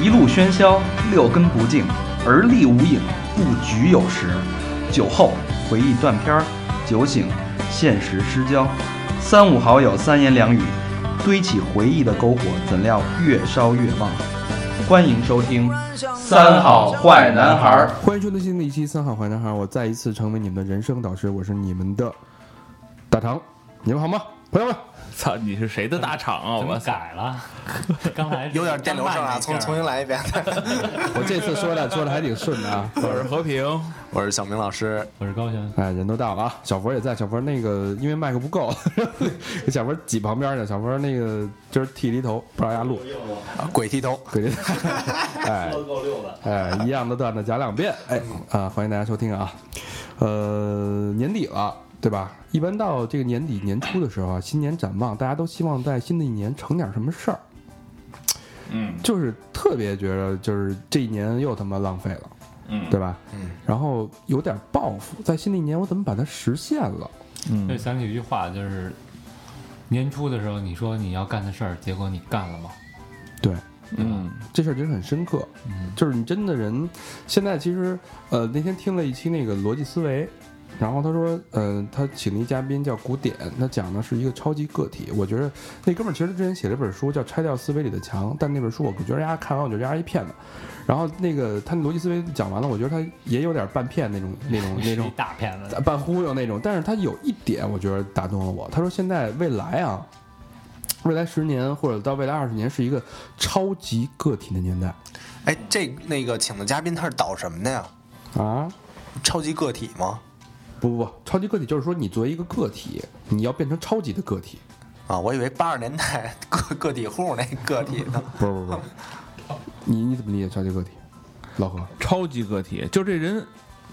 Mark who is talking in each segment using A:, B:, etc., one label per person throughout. A: 一路喧嚣，六根不净，而立无影，不局有时。酒后回忆断片儿，酒醒现实失焦。三五好友三言两语，堆起回忆的篝火，怎料越烧越旺。欢迎收听《三好坏男孩儿》。
B: 欢迎收听新的一期《三好坏男孩》，我再一次成为你们的人生导师，我是你们的大肠，你们好吗，朋友们？
C: 操，你是谁的大厂啊？
D: 怎
C: 我
D: 么
C: 操！
D: 改了？ 刚 才
E: 有点电流声啊，重重新来一遍。
B: 我这次说的说的还挺顺的啊，
C: 我是和平，
E: 我是小明老师，
D: 我是高璇，
B: 哎，人都到了啊，小佛也在，小佛那个因为麦克不够， 给小佛挤旁边去，小佛那个今儿剃了一头，不让人家录，
E: 啊鬼剃头，
B: 给 这，哎，哎，一样的段子讲两遍，哎啊，欢迎大家收听啊，呃，年底了，对吧？一般到这个年底年初的时候啊，新年展望，大家都希望在新的一年成点什么事儿，
C: 嗯
B: 就是特别觉得就是这一年又他妈浪费了，
C: 嗯
B: 对吧？
E: 嗯，
B: 然后有点抱负，在新的一年我怎么把它实现了？
C: 嗯
D: 就想起一句话，就是年初的时候你说你要干的事儿，结果你干了吗？
B: 对，
C: 嗯
B: 这事儿真的很深刻，
D: 嗯，
B: 就是你真的人，现在其实呃那天听了一期那个逻辑思维，然后他说呃他请了一嘉宾叫古典，他讲的是一个超级个体。我觉得那哥们儿其实之前写了本书叫《拆掉思维里的墙》，但那本书我觉得人家看完我觉得人家一骗子。然后那个他逻辑思维讲完了，我觉得他也有点半骗那种那种那
D: 是
B: 种
D: 一大骗子。
B: 半忽悠那种，但是他有一点我觉得打动了我。他说现在未来啊，未来十年或者到未来二十年是一个超级个体的年代
E: 哎，这那个请的嘉宾他是导什么的呀？
B: 啊！
E: 超级个体吗？
B: 不不不，超级个体就是说你作为一个个体，你要变成超级的个体。
E: 啊，我以为八十年代 个个体户那个体呢。
B: 不是不是不是，你你怎么理解超级个体？老何，
C: 超级个体，就这人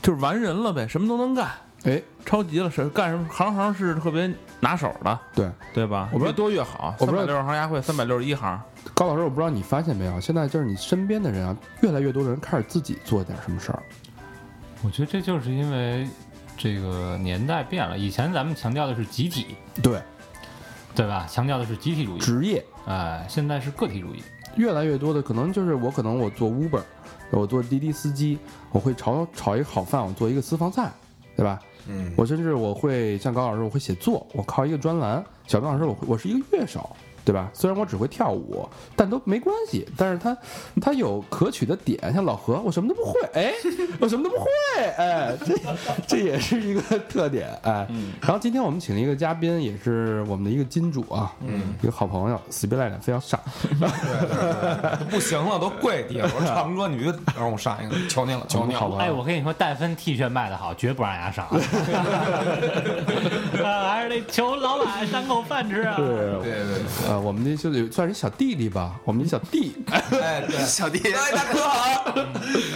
C: 就是完人了呗，什么都能干，
B: 哎，
C: 超级了，是干什么行行是特别拿手的，
B: 对，
C: 对吧？
B: 我不知道
C: 越多越好，啊
B: 我
C: 三
B: 不知
C: 百
B: 道
C: 六十行压会，三百六十一行，
B: 高老师，我不知道你发现没有，现在就是你身边的人啊，越来越多的人开始自己做点什么事儿。
D: 我觉得这就是因为这个年代变了，以前咱们强调的是集体，
B: 对，
D: 对吧？强调的是集体主义，
B: 职业
D: 哎，现在是个体主义。
B: 越来越多的可能就是我可能我做 Uber，我做滴滴司机，我会炒炒一个好饭，我做一个私房菜，对吧？
E: 嗯，
B: 我甚至我会像高老师，我会写作，我靠一个专栏；小明老师，我会我是一个乐手，对吧？虽然我只会跳舞，但都没关系。但是他他有可取的点，像老何，我什么都不会， 哎，我什么都不会，哎，这这也是一个特点，哎。然后今天我们请了一个嘉宾，也是我们的一个金主啊，嗯，一个好朋友，死皮赖脸非要上，
F: 不行了，都跪地了。我说长哥，你就让我上一个，求你了，求你
B: 好
F: 了。
B: 吧？
D: 哎，我跟你说，戴芬 T 恤卖的好，绝不让人家 上。啊还是得求老板赏口饭吃啊。
B: 对，
F: 对对
B: 呃，我们这就得算是小弟弟吧，我们的小弟，
F: 对，哎对，
E: 小弟，哎，大哥 好，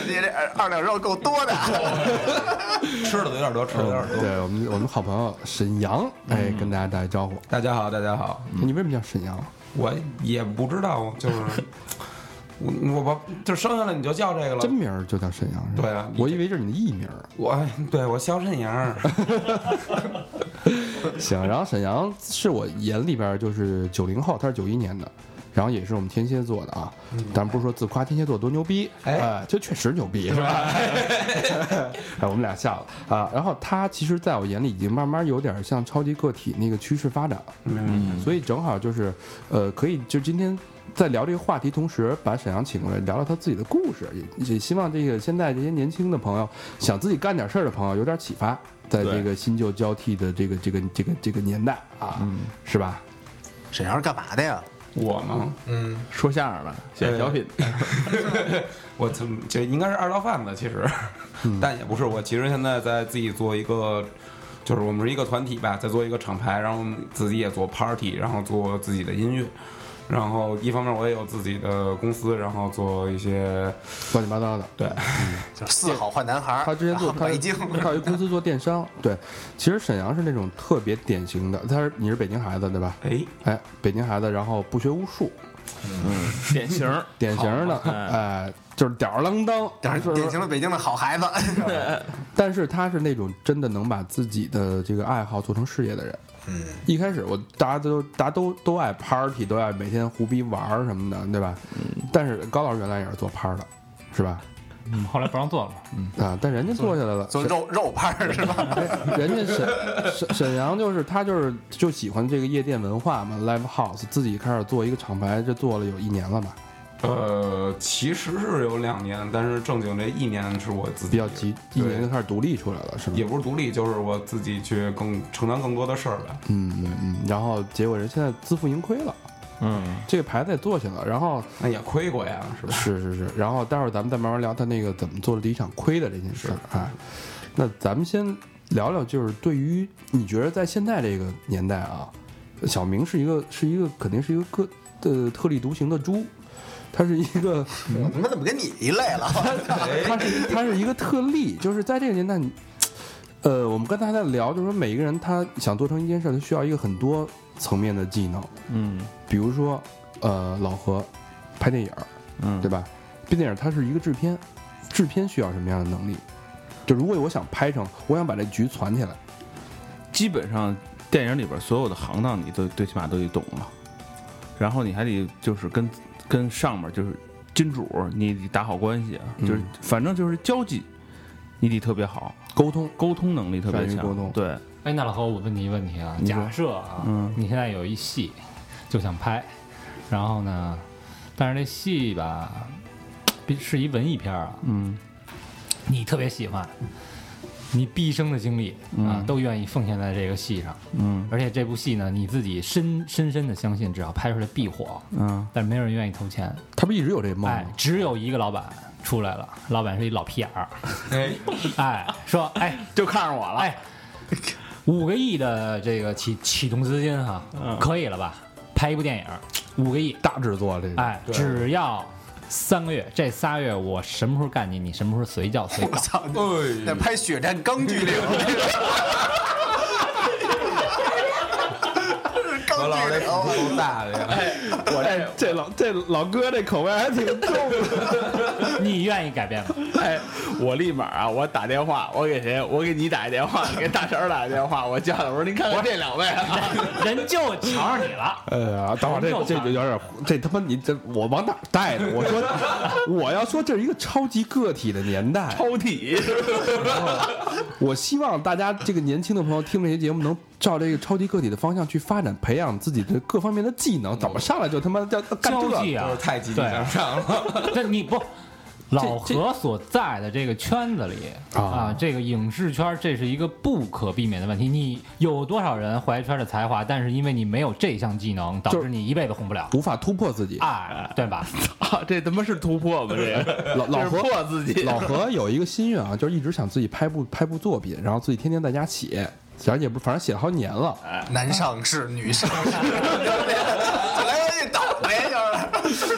E: 你这呃二两肉够多的。
F: 吃的有点多，吃 的有点多。嗯
B: 对我们我们好朋友沈阳，哎，跟大家打一招呼。
F: 大家好，大家好，嗯
B: 你为什么叫沈阳？
F: 我也不知道，就是 我我不就生下来你就叫这个
B: 真
F: 了。
B: 名儿就叫沈阳是吧？
F: 对啊
B: 我以为这是你的艺名儿。
F: 我哎对我肖沈 阳，
B: 行，然后沈阳是我眼里边儿就是九零后，他是九一年的，然后也是我们天蝎座的啊。咱不是说自夸天蝎座多牛逼，
F: 嗯哎
B: 呃这确实牛逼是吧？ 哎，我们俩下了啊。然后他其实在我眼里已经慢慢有点像超级个体那个趋势发展了。
F: 嗯，
B: 所以正好就是，呃，可以就今天在聊这个话题同时，把沈阳请过来聊聊他自己的故事，也也希望这个现在这些年轻的朋友，想自己干点事儿的朋友有点启发，在这个新旧交替的这个这个这个这个年代啊，是吧？
E: 沈阳是干嘛的呀？
F: 我嘛，
E: 嗯，
C: 说相声的，写小品，
F: 哎我从这应该是二道贩子，其实，
B: 嗯
F: 但也不是我。其实现在在自己做一个，就是我们是一个团体吧，在做一个厂牌，然后我们自己也做 party，然后做自己的音乐。然后一方面我也有自己的公司，然后做一些
B: 乱七八糟的。
F: 对，
E: 就是四好坏男孩。
B: 他之 前做
E: 然后
B: 他
E: 北京，
B: 他有一公司做电商，对，其实沈阳是那种特别典型的，他是你是北京孩子对吧？
F: 哎，
B: 哎，北京孩子，然后不学无术，
C: 典型 儿，
B: 典型的，
C: 好嘛
B: 哎，就是吊儿郎当，
E: 典
B: 就是
E: 典型的北京的好孩子。
B: 但是他是那种真的能把自己的这个爱好做成事业的人。
E: 嗯，
B: 一开始我大家都大家都都爱 party，都爱每天胡逼玩儿什么的，对吧？嗯，但是高老师原来也是做拍儿的，是吧？
D: 嗯，后来不让做了嘛。
B: 啊，但人家做下来了，
E: 做肉肉派儿是吧？
B: 人家沈 沈沈阳就是他就是就喜欢这个夜店文化嘛，live house 自己开始做一个厂牌，这做了有一年了吧，
F: 呃，其实是有两年，但是正经这一年是我自己
B: 比较急，一
F: 对
B: 年就开始独立出来了，是吗？
F: 也不是独立，就是我自己去更承担更多的事儿吧。
B: 嗯嗯嗯，然后结果人现在自负盈亏了，
C: 嗯，
B: 这个牌子也做起来了，然后
F: 那也亏过呀，是吧？
B: 是是是，然后待会儿咱们再慢慢聊他那个怎么做了第一场亏的这件事儿啊。那咱们先聊聊，就是对于你觉得在现在这个年代啊，小明是一个是一个肯定是一个个呃特立独行的猪，他是一个
E: 我他妈怎么跟 你一类了？
F: 哎
B: 他是他是一个特例，就是在这个年代，你呃，我们刚才在聊，就是说每一个人他想做成一件事，他需要一个很多层面的技能，
C: 嗯
B: 比如说呃老何拍电影儿，
C: 嗯
B: 对吧？这电影它是一个制片，制片需要什么样的能力？就如果我想拍成，我想把这局攒起来，
C: 基本上电影里边所有的行当你都最起码都得懂了，然后你还得就是跟跟上面就是金主你得打好关系，啊
B: 嗯
C: 就是反正就是交际你得特别好，
B: 沟通
C: 沟通能力特别
B: 善于
C: 强，
B: 沟通
C: 对，
D: 哎，那老何，我问你一个问题啊，
C: 你说
D: 假设啊，
C: 嗯
D: 你现在有一戏就想拍，然后呢，但是这戏吧，毕是一文艺片儿啊，
C: 嗯
D: 你特别喜欢，你毕生的精力啊、
C: 嗯
D: 都愿意奉献在这个戏上，
C: 嗯
D: 而且这部戏呢，你自己深深深的相信，只要拍出来必火，
C: 嗯
D: 但是没有人愿意投钱，
B: 他不一直有这梦
D: 哎
B: 吗？，
D: 只有一个老板出来了，老板是一老屁眼儿，
F: 哎，
D: 哎，说哎， 就看上我了，哎，五个亿的这个启启动资金哈、可以了吧？拍一部电影，五个亿，
B: 大制作这个，
D: 哎，只要三个月，这仨月我什么时候干你，你什么时候随叫随
E: 我
D: 到。
E: 操！
F: 哎
E: 那拍《血战钢锯岭》，
F: 我老
E: 钢锯
F: 这
E: 岭，
F: 头够大的呀！
B: 我这这老这老哥这口味还挺重的，
D: 你愿意改变吗？
G: 哎，我立马啊，我打电话，我给谁？我给你打一电话，给大婶儿打一电话，我叫他，我说您看看这两位啊，
D: 人就瞧上你了，
B: 哎呀，等会儿这这就有点，这他妈你这我往哪儿带呢？我 说我要说这是一个超级个体的年代，
G: 抽 屉。
B: 我希望大家这个年轻的朋友听这些节目，能照这个超级个体的方向去发展，培养自己的各方面的技能。怎么上来就他妈叫干这
D: 嗯交
B: 个？
D: 际啊，
F: 就是太积极
D: 对
F: 向上了，
D: 那你 不，老
B: 这
D: 何所在的这个圈子里
B: 啊
D: 啊，这个影视圈，这是一个不可避免的问题。你有多少人怀揣着才华，但是因为你没有这项技能，导
B: 就
D: 致你一辈子红不了。
B: 无法突破自己。
D: 哎，对 吧？
G: 啊，这他妈是突破吗？这个
B: 老老
G: 这是
B: 何
G: 破自己，
B: 老何 有一个心愿啊，就是一直想自己拍部拍部作品，然后自己天天在家写，然后也不反正写了好几年了。
G: 哎
E: 男上士，女上士，就来回去倒呗，就是。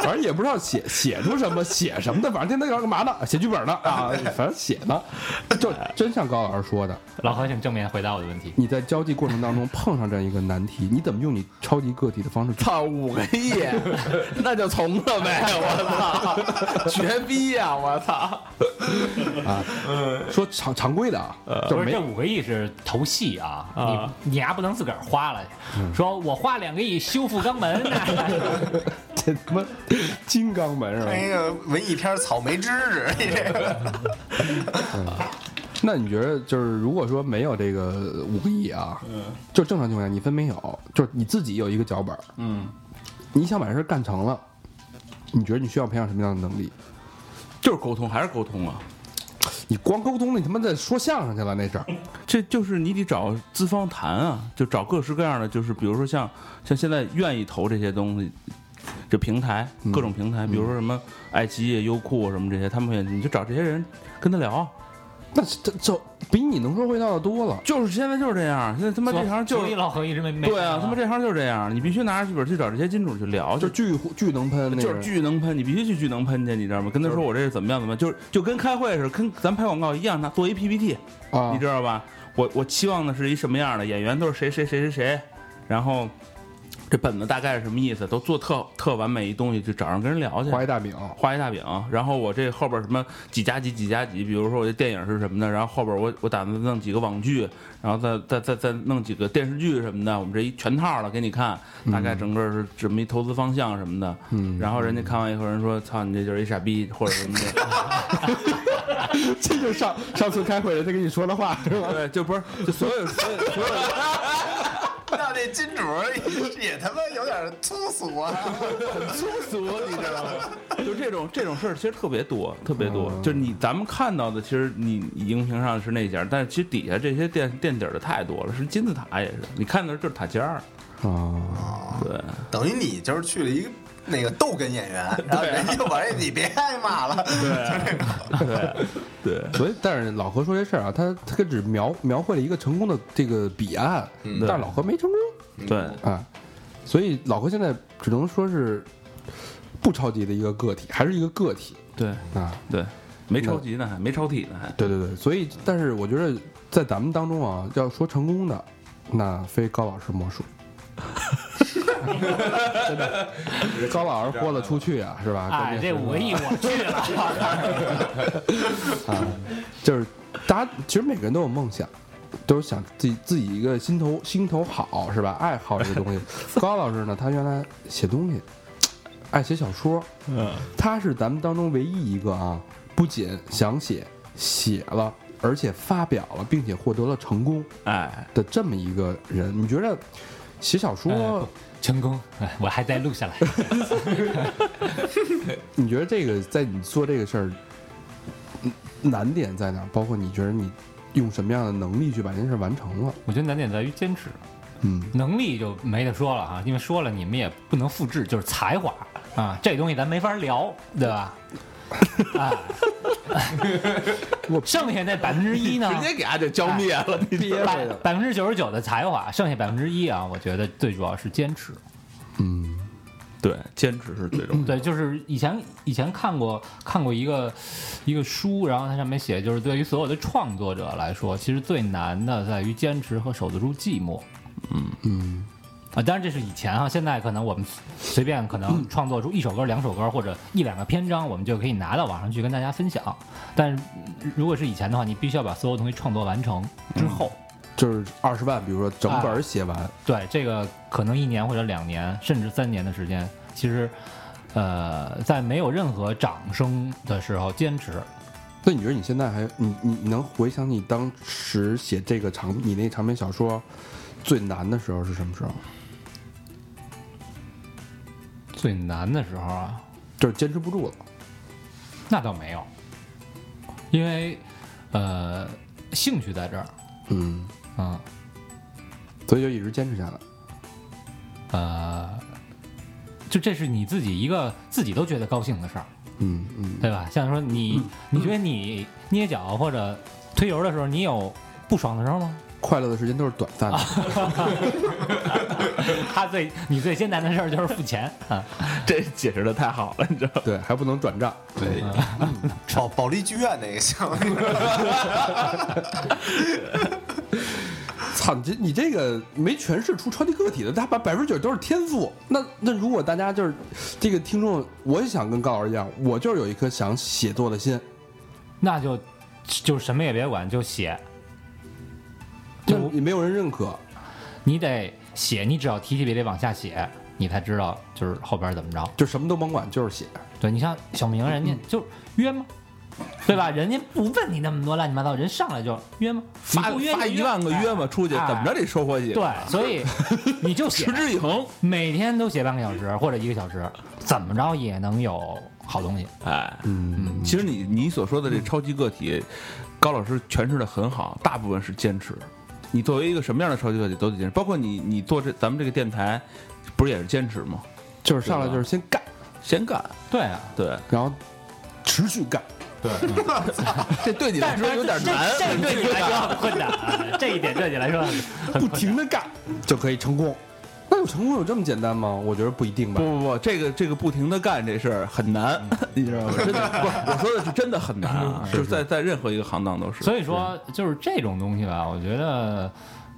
B: 反正也不知道写写出什么，写什么的，反正天天要干嘛呢？写剧本呢
G: 哎
B: 啊，反正写呢，就真像高老师说的，
D: 老何，请正面回答我的问题。
B: 你在交际过程当中碰上这样一个难题，你怎么用你超级个体的方式去？
G: 操五个亿， 那就从了呗！我操，绝逼呀、我操，
B: 啊
G: 嗯
B: 说常常规的啊，
C: 呃
B: 就
D: 不是
B: 没
D: 这五个亿是投戏啊，你你还不能自个儿花了，
C: 嗯
D: 说我花两个亿修复肛 门，
B: 这他妈金刚门是吧？
E: 那个文艺片儿草莓知识，你这个
B: 那你觉得就是如果说没有这个五个亿啊，就正常情况下你分没有，就是你自己有一个脚本，嗯，你想把这事儿干成了，你觉得你需要培养什么样的能力？
C: 就是沟通还是沟通啊，
B: 你光沟通，你他妈在说相声去了那阵儿，
C: 这就是你得找资方谈啊，就找各式各样的，就是比如说像像现在愿意投这些东西，这平台
B: 嗯
C: 各种平台，比如说什么爱奇艺、优酷什么这些，他们也你就找这些人跟他聊啊，
B: 那是这这比你能说会道的多了。
C: 就是现在就是这样，现在他妈这行就
D: 所以
C: 是
D: 老何一直没没
C: 对啊，他妈
D: 这
C: 这行就是这样，你必须拿着剧本去找这些金主去聊，
B: 就
C: 就
B: 巨巨能喷那个
C: 就是
B: 人，
C: 巨能喷，你必须去巨能喷去，你知道吗？跟他说我这是怎么样怎么样，就是就跟开会似的，跟咱拍广告一样，他做一 PPT，
B: 啊
C: 你，知道吧？我我期望的是一什么样的演员都是谁谁谁谁谁，然后这本子大概是什么意思，都做特特完美一东西，就找人跟人聊去，
B: 画一大饼，
C: 画一大饼，然后我这后边什么几加几几加几，比如说我这电影是什么的，然后后边我我打算弄几个网剧，然后再再再再弄几个电视剧什么的，我们这一全套了给你看，
B: 嗯
C: 大概整个是怎么一投资方向什么的，嗯，然后人家看完以后人说，操你这就是一傻逼或者什么 的，
B: 这 就是上上次开会人家跟你说的话是吧？
C: 对，就不是就所有所有所有
E: 那这金主也他妈有点粗俗啊！
C: 就这种这种事儿其实特别多，特别多。嗯就是你咱们看到的，其实你荧屏上是那家，但是其实底下这些垫垫底儿的太多了，是金字塔也是，你看的就是塔尖儿。
B: 啊，
C: 对，
E: 等于你就是去了一个那个逗哏演员，然后人家就把这你别挨骂了，就这种。
B: 所以但是老何说这事儿啊，他他只描描绘了一个成功的这个彼岸，但是老何没成功
C: 对，
B: 啊，所以老何现在只能说是不超级的一个个体，还是一个个体
C: 对，
B: 啊。
C: 对，没超级呢，还没超体呢，还。
B: 对对对，所以但是我觉得在咱们当中啊，要说成功的，那非高老师莫 属。 真的，高老师豁得出去啊，是吧？关
D: 哎，
B: 键
D: 这
B: 是
D: 五个亿我去了，
B: 就是大家其实每个人都有梦想，都是想自己自己一个心头心头好是吧？爱好这个东西。高老师呢，他原来写东西，爱写小说，嗯，他是咱们当中唯一一个啊，不仅想写，写了，而且发表了，并且获得了成功
C: 哎，
B: 的这么一个人。你觉得写小说，
D: 哎成功，哎我还在录下来。
B: 你觉得这个在你做这个事儿，嗯难点在哪儿？包括你觉得你用什么样的能力去把这件事儿完成了？
D: 我觉得难点在于坚持，
B: 嗯，
D: 能力就没得说了哈，因为说了你们也不能复制，就是才华啊，这东西咱没法聊，对吧？啊， 剩下那百分之一呢？
G: 直接给他就浇灭了，你知道吗
D: 百百分之九十九的才华，剩下百分之一啊，我觉得最主要是坚持。
B: 嗯，
C: 对，坚持是最重要。
D: 对，就是以前以前看过看过一个一个书，然后它上面写，就是对于所有的创作者来说，其实最难的在于坚持和守得住寂寞。
B: 嗯
D: 啊，当然这是以前啊，现在可能我们随便可能创作出一首歌、两首歌或者一两个篇章，我们就可以拿到网上去跟大家分享。但是嗯如果是以前的话，你必须要把所有东西创作完成之后，
B: 就是二十万，比如说整本儿写完，
D: 对这个可能一年或者两年甚至三年的时间，其实呃，在没有任何掌声的时候坚持，
B: 那你觉得你现在还你你你能回想你当时写这个长你那长篇小说最难的时候是什么时候？
D: 最难的时候啊，
B: 就是坚持不住了。
D: 嗯那倒没有，因为呃，兴趣在这儿，
B: 嗯，
D: 嗯
B: 所以就一直坚持下来。
D: 呃，就这呃是你自己一个自己都觉得高兴的事儿，
B: 嗯嗯
D: 对吧？像说你，你觉得你捏脚或者推油的时候，你有不爽的时候吗？
B: 快乐的时间都是短暂的。
D: 他最你最艰难的事儿就是付钱啊，
C: 这解释的太好了，你知道吗？
B: 对，还不能转账。
F: 对，
E: 保保利剧院那个像，
B: 操，你这你这个没诠释出超级个体的，他把百分之九都是天赋。那那如果大家就是这个听众，我也想跟高老师一样，我就是有一颗想写作的心。
D: 那就就什么也别管，就写，
B: 就
D: 就
B: 也没有人认可，
D: 你得写，你只要提起笔得往下写，你才知道就是后边怎么着。
B: 就什么都甭管，就是写。
D: 对你像小明，人
C: 嗯
D: 家就约吗？对吧？人家不问你那么多乱七八糟，人上来就约吗？
C: 发
D: 你不约
C: 发
D: 你
C: 一万个约嘛，出去
D: 哎
C: 怎么着得收获几个？
D: 对，所 以你就写
C: 持，之以恒。
D: 每天都写半个小时或者一个小时，怎么着也能有好东西。
C: 哎，
B: 嗯，
C: 其实你你所说的这超级个体，高老师诠释的很好，大部分是坚持。你作为一个什么样的超级个体都得坚持，包括你你做这咱们这个电台，不是也是坚持吗？
B: 就是上来就是先干，
C: 先干，
D: 对啊，
C: 对，
B: 然后持续干。
C: 这对你来说有点
D: 这
C: 难。
D: 这对你来说很困难 啊，这一点对你来说很
B: 不
D: 很困
B: 停
D: 难。
B: 的干就可以成功。那有成功有这么简单吗？我觉得不一定吧
C: 不。不不，这个这个不停的干这事儿很难，你知道吗？真的，不，我说的是真的很难啊，就是在在任何一个行当都是。
D: 所以说，就是这种东西吧，我觉得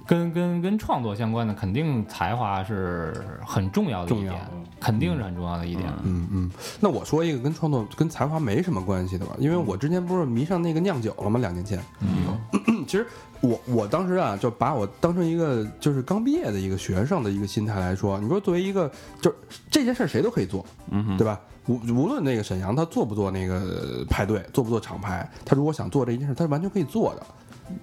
D: 跟跟跟创作相关的，肯定才华是很重要的一点
B: 重要，
D: 肯定是很重要的一点。
B: 嗯嗯，那我说一个跟创作跟才华没什么关系的吧，因为我之前不是迷上那个酿酒了吗？两年前，嗯， 其实我我当时啊，就把我当成一个就是刚毕业的一个学生的一个心态来说，你说作为一个就是这件事儿谁都可以做，嗯，对吧？无无论那个沈阳他做不做那个派对，做不做厂牌，他如果想做这一件事，他是完全可以做的。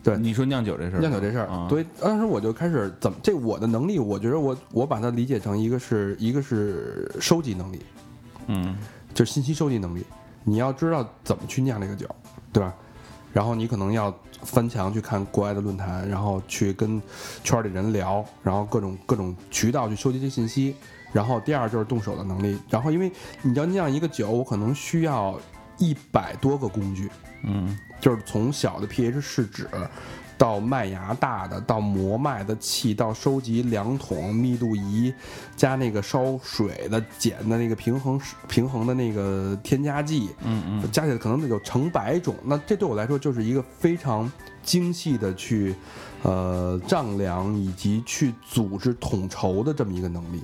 B: 对，
C: 你说酿酒这事儿，
B: 酿酒这事儿，
C: 啊
B: 所以当时我就开始怎么这我的能力，我觉得我我把它理解成一个是一个是收集能力，
C: 嗯，
B: 就是信息收集能力，你要知道怎么去酿这个酒，对吧？然后你可能要翻墙去看国外的论坛，然后去跟圈里人聊，然后各种各种渠道去收集这些信息。然后第二就是动手的能力，然后因为你要酿一个酒，我可能需要一百多个工具，
C: 嗯，
B: 就是从小的 pH 试纸，到麦芽大的，到磨麦的器，到收集量筒、密度仪，加那个烧水的、碱的那个平衡平衡的那个添加剂，嗯嗯，加起来可能有成百种。那这对我来说就是一个非常精细的去，呃，丈量以及去组织统筹的这么一个能力。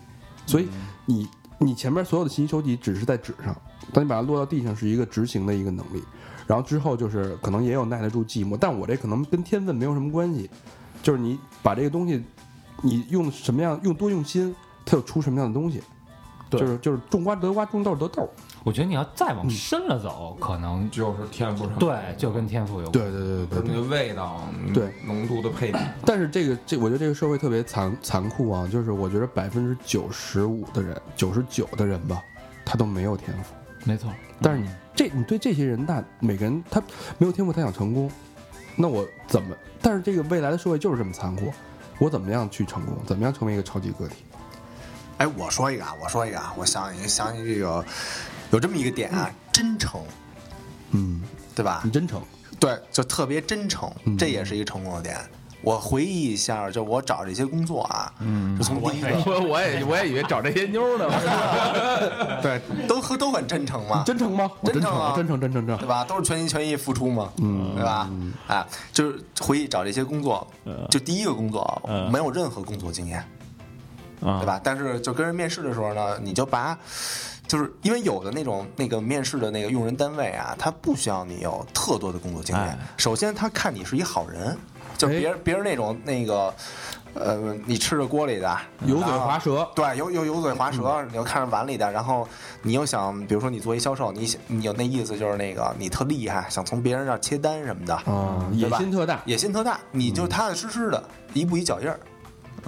B: 所以你你前面所有的信息收集只是在纸上，当你把它落到地上是一个执行的一个能力。然后之后就是可能也有耐得住寂寞，但我这可能跟天分没有什么关系，就是你把这个东西，你用什么样用多用心，它就出什么样的东西。
G: 对
B: 就是就是种瓜得瓜，种豆得豆。
D: 我觉得你要再
B: 嗯
D: 往深了走，可能
F: 就是天赋上
D: 对，就跟天赋有关。
B: 对对对
F: 就是那个味道，
B: 对
F: 浓度的配比，
B: 但是这个这，我觉得这个社会特别残残酷啊，就是我觉得百分之九十五的人，九十九的人吧，他都没有天赋。
D: 没错，
B: 但是你这你对这些人，那每个人他没有天赋，他想成功，那我怎么？但是这个未来的社会就是这么残酷，我怎么样去成功？怎么样成为一个超级个体？
E: 哎，我说一个啊，我说一个啊，我想起想起这个有这么一个点啊，真诚，
B: 嗯，
E: 对吧
B: 很？真诚，嗯
E: 对，就特别真诚，这也是一个成功的点。我回忆一下，就我找这些工作啊，嗯，就从第一个，
G: 我我也我也以为找这些妞儿呢，
E: 对，都很都很真诚嘛，
B: 真诚吗？
C: 嗯
B: 我真诚，
E: 真诚啊
B: 我真诚，真诚，真
E: 对
B: 诚。
E: 吧？都是全心全意付出嘛，嗯，对吧？啊，就是回忆找这些工作，
B: 嗯
E: 就第一个工作没有任何工作经验，
C: 啊
E: 对吧？但是就跟人面试的时候呢，你就把，就是因为有的那种那个面试的那个用人单位啊，他不需要你有特多的工作经验
C: 哎，
E: 首先他看你是一好人，
B: 哎
E: 就别人别人那种那个。呃，你吃着锅里的，
B: 油嘴滑舌
E: 对，油油油嘴滑舌，
B: 嗯
E: 你又看着碗里的，然后你又想，比如说你做一销售，你想你有那意思就是那个你特厉害，想从别人那儿切单什么的，
B: 啊，
E: 对
B: 野
E: 吧
B: 心特大，
E: 野心特大，你就踏踏实实的，一步一脚印儿。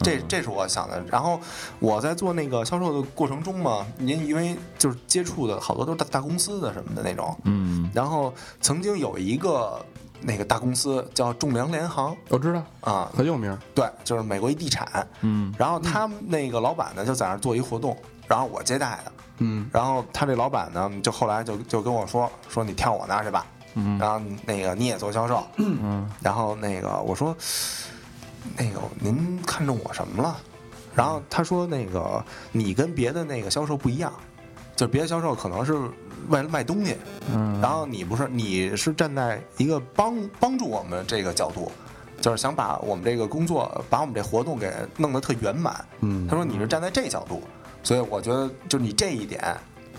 E: 这这是我想的。然后我在做那个销售的过程中嘛，您因为就是接触的好多都是大大公司的什么的那种，
C: 嗯，
E: 然后曾经有一个那个大公司叫仲量联行
B: 我知道，
E: 啊，
B: 很有名。
E: 对，就是美国一地产，
C: 嗯，
E: 然后他们那个老板呢就在那儿做一活动，然后我接待的，
B: 嗯，
E: 然后他这老板呢就后来就就跟我说说你跳我那儿去吧，嗯，然后那个你也做销售，嗯，然后那个我说那个您看中我什么了？然后他说那个你跟别的那个销售不一样，就是别的销售可能是为了卖东西，嗯，然后你不是你是站在一个帮帮助我们这个角度，就是想把我们这个工作，把我们这活动给弄得特圆满。
B: 嗯
E: 他说你是站在这角度，所以我觉得就你这一点，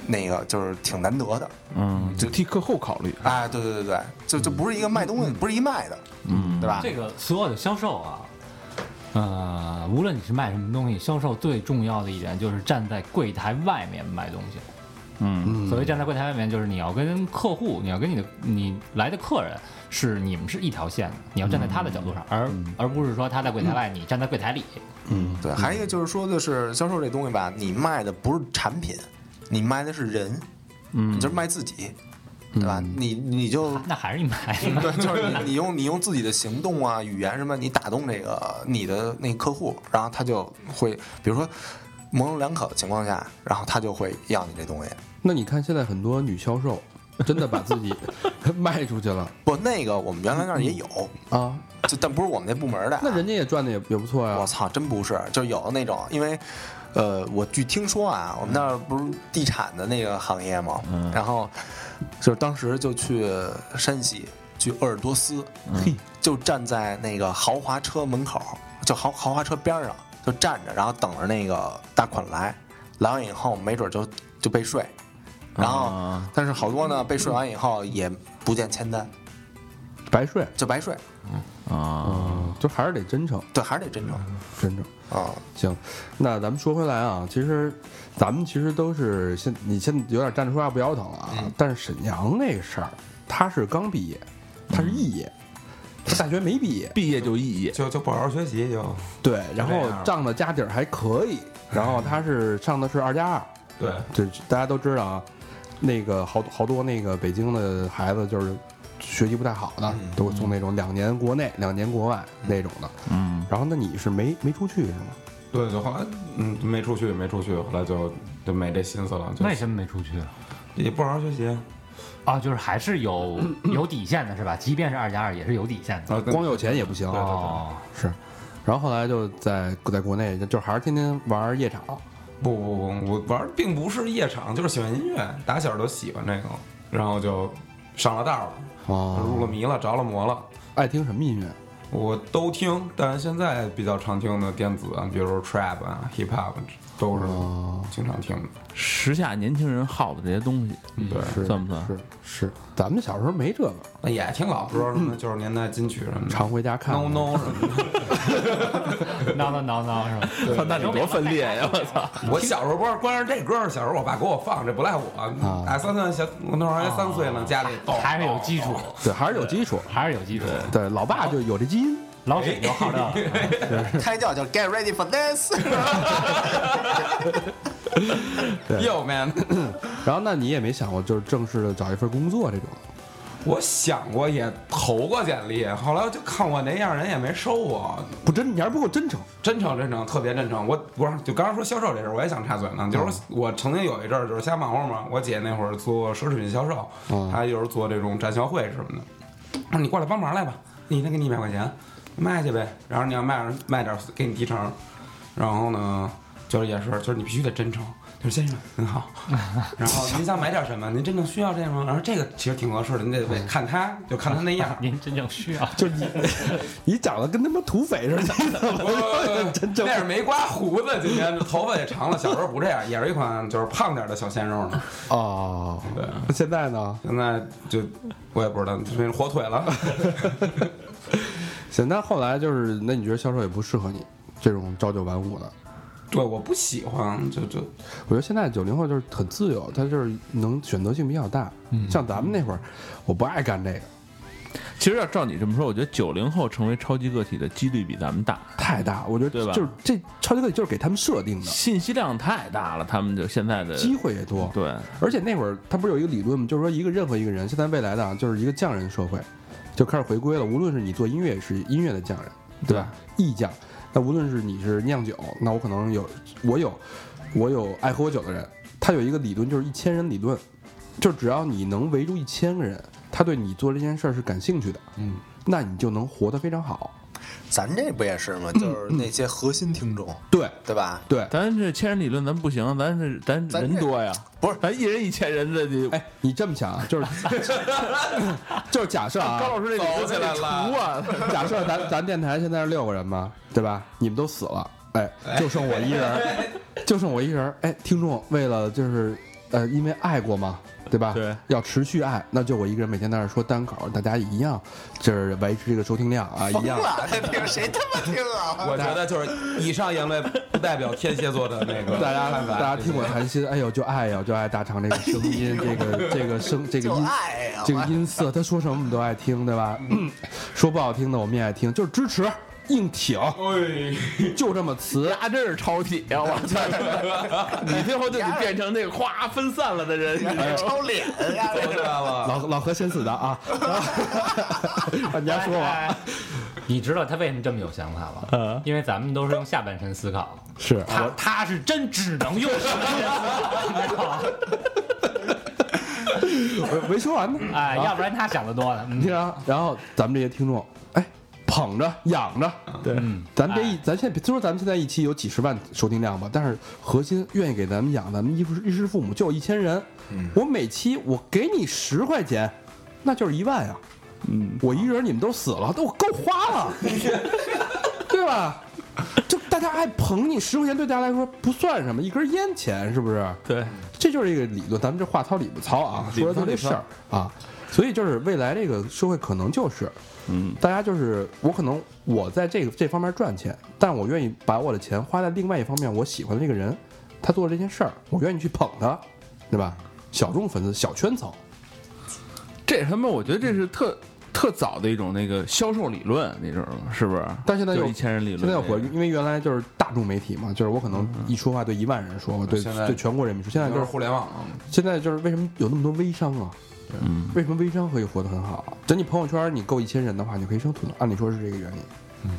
E: 那个就是挺难得的。
C: 嗯，
G: 就替客户考虑。
E: 哎，对对对对，就就不是一个卖东西，不是一卖的，嗯，对吧？
D: 这个所有的销售啊，呃，无论你是卖什么东西，销售最重要的一点就是站在柜台外面卖东西。
B: 嗯
D: 所谓站在柜台外面，就是你要跟客户，你要跟你的你来的客人是你们是一条线的，你要站在他的角度上，而
B: 嗯
D: 而不是说他在柜台外，你站在柜台里。
G: 嗯
E: 对，还有一个就是说的是销售这东西吧，你卖的不是产品，你卖的是人，嗯，你就是卖自己，
G: 嗯
E: 对吧？你你就
D: 那还是你买 的。
E: 对，就是你你用你用自己的行动啊、语言什么，你打动这个你的那个客户，然后他就会，比如说模棱两可的情况下，然后他就会要你这东西。
B: 那你看现在很多女销售，真的把自己 卖出去了
E: 不，那个我们原来那儿也有，
B: 啊，
E: 就但不是我们那部门的啊。
B: 那人家也赚的也也不错
E: 我
B: 呀。
E: 操，真不是，就是有的那种，因为。呃，我据听说啊，我们那儿不是地产的那个行业嘛，然后就是当时就去山西，去鄂尔多斯，就站在那个豪华车门口，就豪豪华车边儿上就站着，然后等着那个大款来，来完以后没准就就被睡，然后但是好多呢被睡完以后也不见签单，
B: 白睡，
E: 就白睡，
C: 嗯啊
B: 就还是得真诚，
E: 对，还是得真诚
B: 真诚。
E: 啊。
B: 行，那咱们说回来啊，其实咱们其实都是现你现在有点站着说话不腰疼了啊。但是沈阳那个事儿，他是刚毕业，他是肄业，他大学没毕业，
C: 毕业就肄业，
F: 就就不好好学习就
B: 对，然
F: 这
B: 后
F: 样
B: 仗的家底儿还可以，然后他是上的是二加二，
F: 对，
B: 对，大家都知道啊，那个好好多那个北京的孩子就是学习不太好的，都会从那种两年国内两年国外那种的，
C: 嗯，
B: 然后那你是没没出去是吗？
F: 对，就后来嗯没出去，没出去，后来就就没这心思了，就
D: 为什么没出去啊？
F: 也不好好学习啊。
D: 啊，就是还是有
B: 嗯
D: 有底线的是吧？即便是二加二也是有底线的。
F: 啊
B: 光有钱也不行，啊
F: 对对
D: 哦，
B: 是。然后后来就在在国内，就还是天天玩夜场，
F: 不不不，我玩儿并不是夜场，就是喜欢音乐，打小就喜欢这个，然后就上了道
B: 哦
F: 了，入了迷了，着了魔了。
B: 啊爱听什么音乐？
F: 我都听，但是现在比较常听的电子啊，比如说 trap 啊、hip hop 都是经常听的。
C: 时下年轻人好的这些东西，
F: 对，
B: 嗯是
C: 算不算
B: 是是，咱们小时候没这个，
F: 那也听老歌什么九十年代金曲什么的
B: 常回家看。
F: 嗯，no no 什么的。
D: 挠挠挠挠哦是吧？
C: 操， 那你多分裂呀！我操，
F: 我小时候光光是这歌儿，小时候我爸给我放，这不赖我。打三岁小，我那时候还三岁呢，家里哦咚
D: 啊还是有基础，
B: 对，还是有基础。
D: 还是有基础。
B: 哦对，哎老爸就有这基因。
D: 老沈就好的，
E: 胎教叫 Get ready for this，
F: ，Yo man。
B: 然后那你也没想过就是正式的找一份工作这种，
F: 我想过也投过简历，后来就看我那样，人也没收我。
B: 不真，你还是不够真诚。
F: 真诚真诚，特别真诚。我不是就刚刚说销售这事儿，我也想插嘴呢。就是我曾经有一阵儿就是瞎忙活嘛，我姐那会儿做奢侈品销售，她就是做这种展销会什么的。那你过来帮忙来吧，你那给你一百块钱，卖去呗。然后你要卖卖点儿给你提成。然后呢，就是也是就是你必须得真诚。就是先生您好，然后您想买点什么？您真正需要这个吗？然后这个其实挺合适的，你得得看他，就看他那样 儿。
D: 您真正需要。
B: 就是你，你长得跟他妈土匪似的，
F: 不 不不，那是没刮胡子，今天这头发也长了，小时候不这样，也是一款就是胖点的小鲜肉呢。
B: 哦，那现在呢？
F: 现在就我也不知道，就变成火腿了。
B: 行，那后来就是，那你觉得销售也不适合你这种朝九晚五的？
F: 对，我不喜欢，就就
B: 我觉得现在九零后就是很自由，他就是能选择性比较大。像咱们那会儿，我不爱干这个，
C: 其实要照你这么说，我觉得九零后成为超级个体的几率比咱们大，
B: 太大。我觉得
C: 对吧
B: 就是这超级个体就是给他们设定的，
C: 信息量太大了，他们就现在的
B: 机会也多。
C: 对，
B: 而且那会儿他不是有一个理论吗？就是说一个任何一个人，现在未来的啊，就是一个匠人社会，就开始回归了。无论是你做音乐是音乐的匠人，对吧？艺匠，那无论是你是酿酒，那我可能有我有我有爱喝我酒的人，他有一个理论就是一千人理论，就只要你能围住一千个人，他对你做这件事儿是感兴趣的，嗯，那你就能活得非常好。
E: 咱这不也是吗？就是那些核心听众，
B: 对
E: 对吧？
B: 对，
C: 咱这千人理论咱不行，咱是咱
E: 咱
C: 人
E: 这
C: 多呀，
E: 不是
C: 咱一人一千人这得。
B: 哎，你这么想啊，就是 就是假设啊，
C: 高老师这理论
F: 走起来了
C: 得除啊，
B: 假设咱咱电台现在是六个人嘛，对吧？你们都死了，哎，就剩我一人儿，就剩我一人儿。哎，听众为了就是呃，因为爱过嘛，对吧？
C: 对，
B: 要持续爱，那就我一个人每天在那儿说单口，大家一样，就是维持这个收听量啊，一
E: 疯
B: 样。
E: 了，这听谁他妈听 啊？
F: 我觉得就是以上言论不代表天蝎座的那个
B: 大家
F: 看法。
B: 大家听我谈心，哎呦，就爱呀，就爱大肠这个声音，这个这个声这个
E: 就
B: 音。
E: 爱呀，
B: 这个音色，他说什么我们都爱听，对吧？ 说不好听的我们也爱听，就是支持、硬挺， 就这么词。
C: 他真是超体啊！我操， 你最后就得变成那个哗分散了的人，你知道吗
E: 抽脸呀！
F: 说出来了，
B: 老老何先死的啊！ 啊你还说我
D: 哎 你知道他为什么这么有想法吗？
C: 嗯
D: 因为咱们都是用下半身思考，
B: 是啊
D: 他他是真只能用上半身思考，你知道吗？
B: 我没说完呢。
D: 哎，要不然他想的多呢。
B: 你
D: 嗯，
B: 看啊，然后咱们这些听众，哎，捧着养着，对，咱们这一，咱现在虽说咱们现在一期有几十万收听量吧，但是核心愿意给咱们养咱们衣服衣食父母就有一千人，我每期我给你十块钱，那就是一万呀， 嗯，我一人你们都死了，都我够花了，对吧？就大家爱捧你十块钱，对大家来说不算什么，一根烟钱是不是？
C: 对，
B: 这就是一个理论，咱们这话糙理不糙啊，
C: 嗯理
B: 说的
C: 不糙
B: 都这事儿啊，所以就是未来这个社会可能就是，
C: 嗯，
B: 大家就是我可能我在这个这方面赚钱，但我愿意把我的钱花在另外一方面，我喜欢的这个人，他做了这件事儿，我愿意去捧他，对吧？小众粉丝、小圈层，
C: 这他妈，我觉得这是特特早的一种那个销售理论，你知道吗？是不是？
B: 但现在
C: 就
B: 又
C: 一千人理论
B: 现
C: 那
B: 在
C: 个，嗯
B: 火，因为原来就是大众媒体嘛，就是我可能一说话对一万人说，我对
F: 现在
B: 对全国人民说，现在
F: 就
B: 就是是
F: 互联网了。
B: 现在就是为什么有那么多微商啊？
C: 嗯，
B: 为什么微商可以活得很好？等你朋友圈你够一千人的话，你可以生存，按理说是这个原理，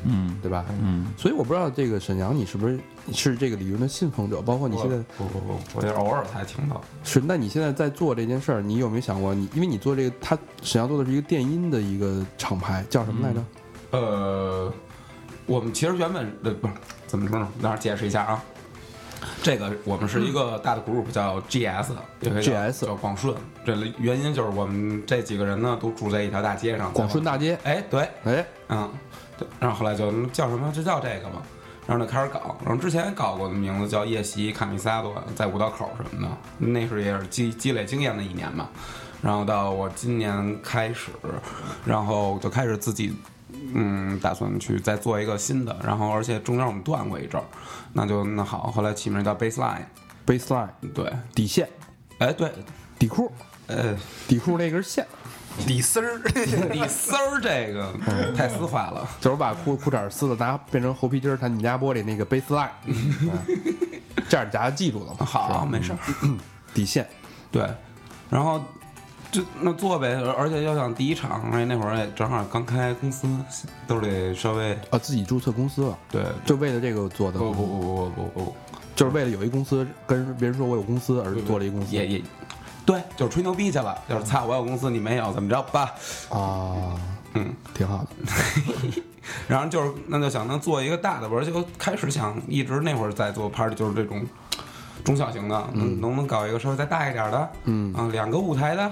C: 嗯
B: 对吧？
C: 嗯，
B: 所以我不知道这个沈阳，你是不是是这个理论的信奉者？包括你
F: 啊
B: 现在
F: 不不不，我就是偶尔才听到。
B: 是，那你现在在做这件事儿，你有没有想过你？因为你做这个，他沈阳做的是一个电音的一个厂牌，叫什么来着？
F: 呃，我们其实原本呃不是怎么说呢？那解释一下啊，这个我们是一个大的 group 叫 GS，有一个叫
B: GS
F: 叫广顺。这里原因就是我们这几个人呢都住在一条大街上，
B: 广顺大街。
F: 哎对，
B: 哎，
F: 嗯，对，然后后来就嗯叫什么就叫这个吧，然后就开始搞，然后之前搞过的名字叫夜袭卡米萨多，在五道口什么的，那是也是积积累经验的一年嘛，然后到我今年开始，然后就开始自己。嗯，打算去再做一个新的，然后而且中间我们断过一阵儿，那就那好，后来起名叫 Baseline，
B: ，baseline
F: 对，
B: 底线、
F: 哎对，
B: 底裤、
F: 呃，
B: 底裤那根线，
E: 李丝 儿，
F: 你丝儿这个太丝滑了，
B: 就是把裤裤衩撕了，拿变成猴皮筋儿，弹你家玻璃那个 baseline，、嗯、这样大家记住了嘛？
F: 好，没事儿。
B: 底线。
F: 对，然后就那做呗，而而且要想第一场，而且那会儿也正好刚开公司，都得稍微
B: 啊，自己注册公司了，
F: 对。
B: 就为了这个做的，
F: 不不不不不不
B: 就是为了有一公司跟别人说我有公司而
F: 不，
B: 做了一公司
F: 也也，对，就是吹牛逼去了，就是操，我有公司，你没有，怎么着吧？
B: 啊，
F: 嗯，
B: 挺好的。
F: 然后就是那就想能做一个大的，而且我开始想一直那会儿在做 party，就是这种中小型的，能能不能搞一个稍微再大一点的，嗯啊，两个舞台的，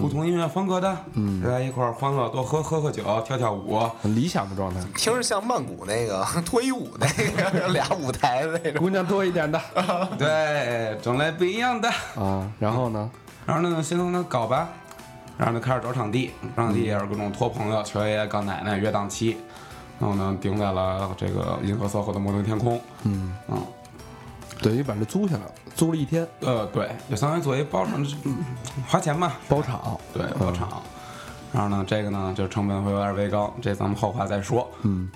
F: 不同音乐风格的，嗯，大家一块儿欢乐，多喝喝喝酒，跳跳舞，
B: 很理想的状态，
E: 听着像曼谷那个 脱衣舞那个 俩舞台的那种。
B: 姑娘多一 点的
F: 对，整来不一样的。
B: 啊。然后呢，
F: 然后呢，就先从他搞吧，然后就开始找场地，找场地也是各种托朋友、求爷爷、告奶奶约档期，然后呢定在了这个银河 SOHO 的摩登天空。
B: 嗯，
F: 嗯，
B: 等于把这租下来了，租了一天，
F: 呃，对，就相当于作为包场，嗯花钱嘛，
B: 包场，
F: 对，包场。然后呢，这个呢，就成本会有点微高，这咱们后话再说。
B: 嗯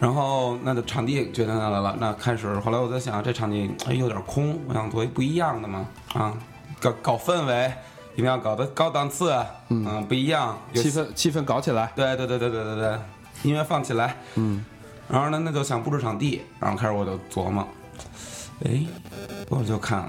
F: 然后那就场地决定下来了，那开始后来我在想，这场地哎有点空，我想做一不一样的嘛，啊，搞搞氛围，一定要搞得高档次，嗯、不一样，有
B: 气氛气氛搞起来，
F: 对对对对对对对，音乐放起来，
B: 嗯，
F: 然后呢，那就想布置场地，然后开始我就琢磨，哎，我就看，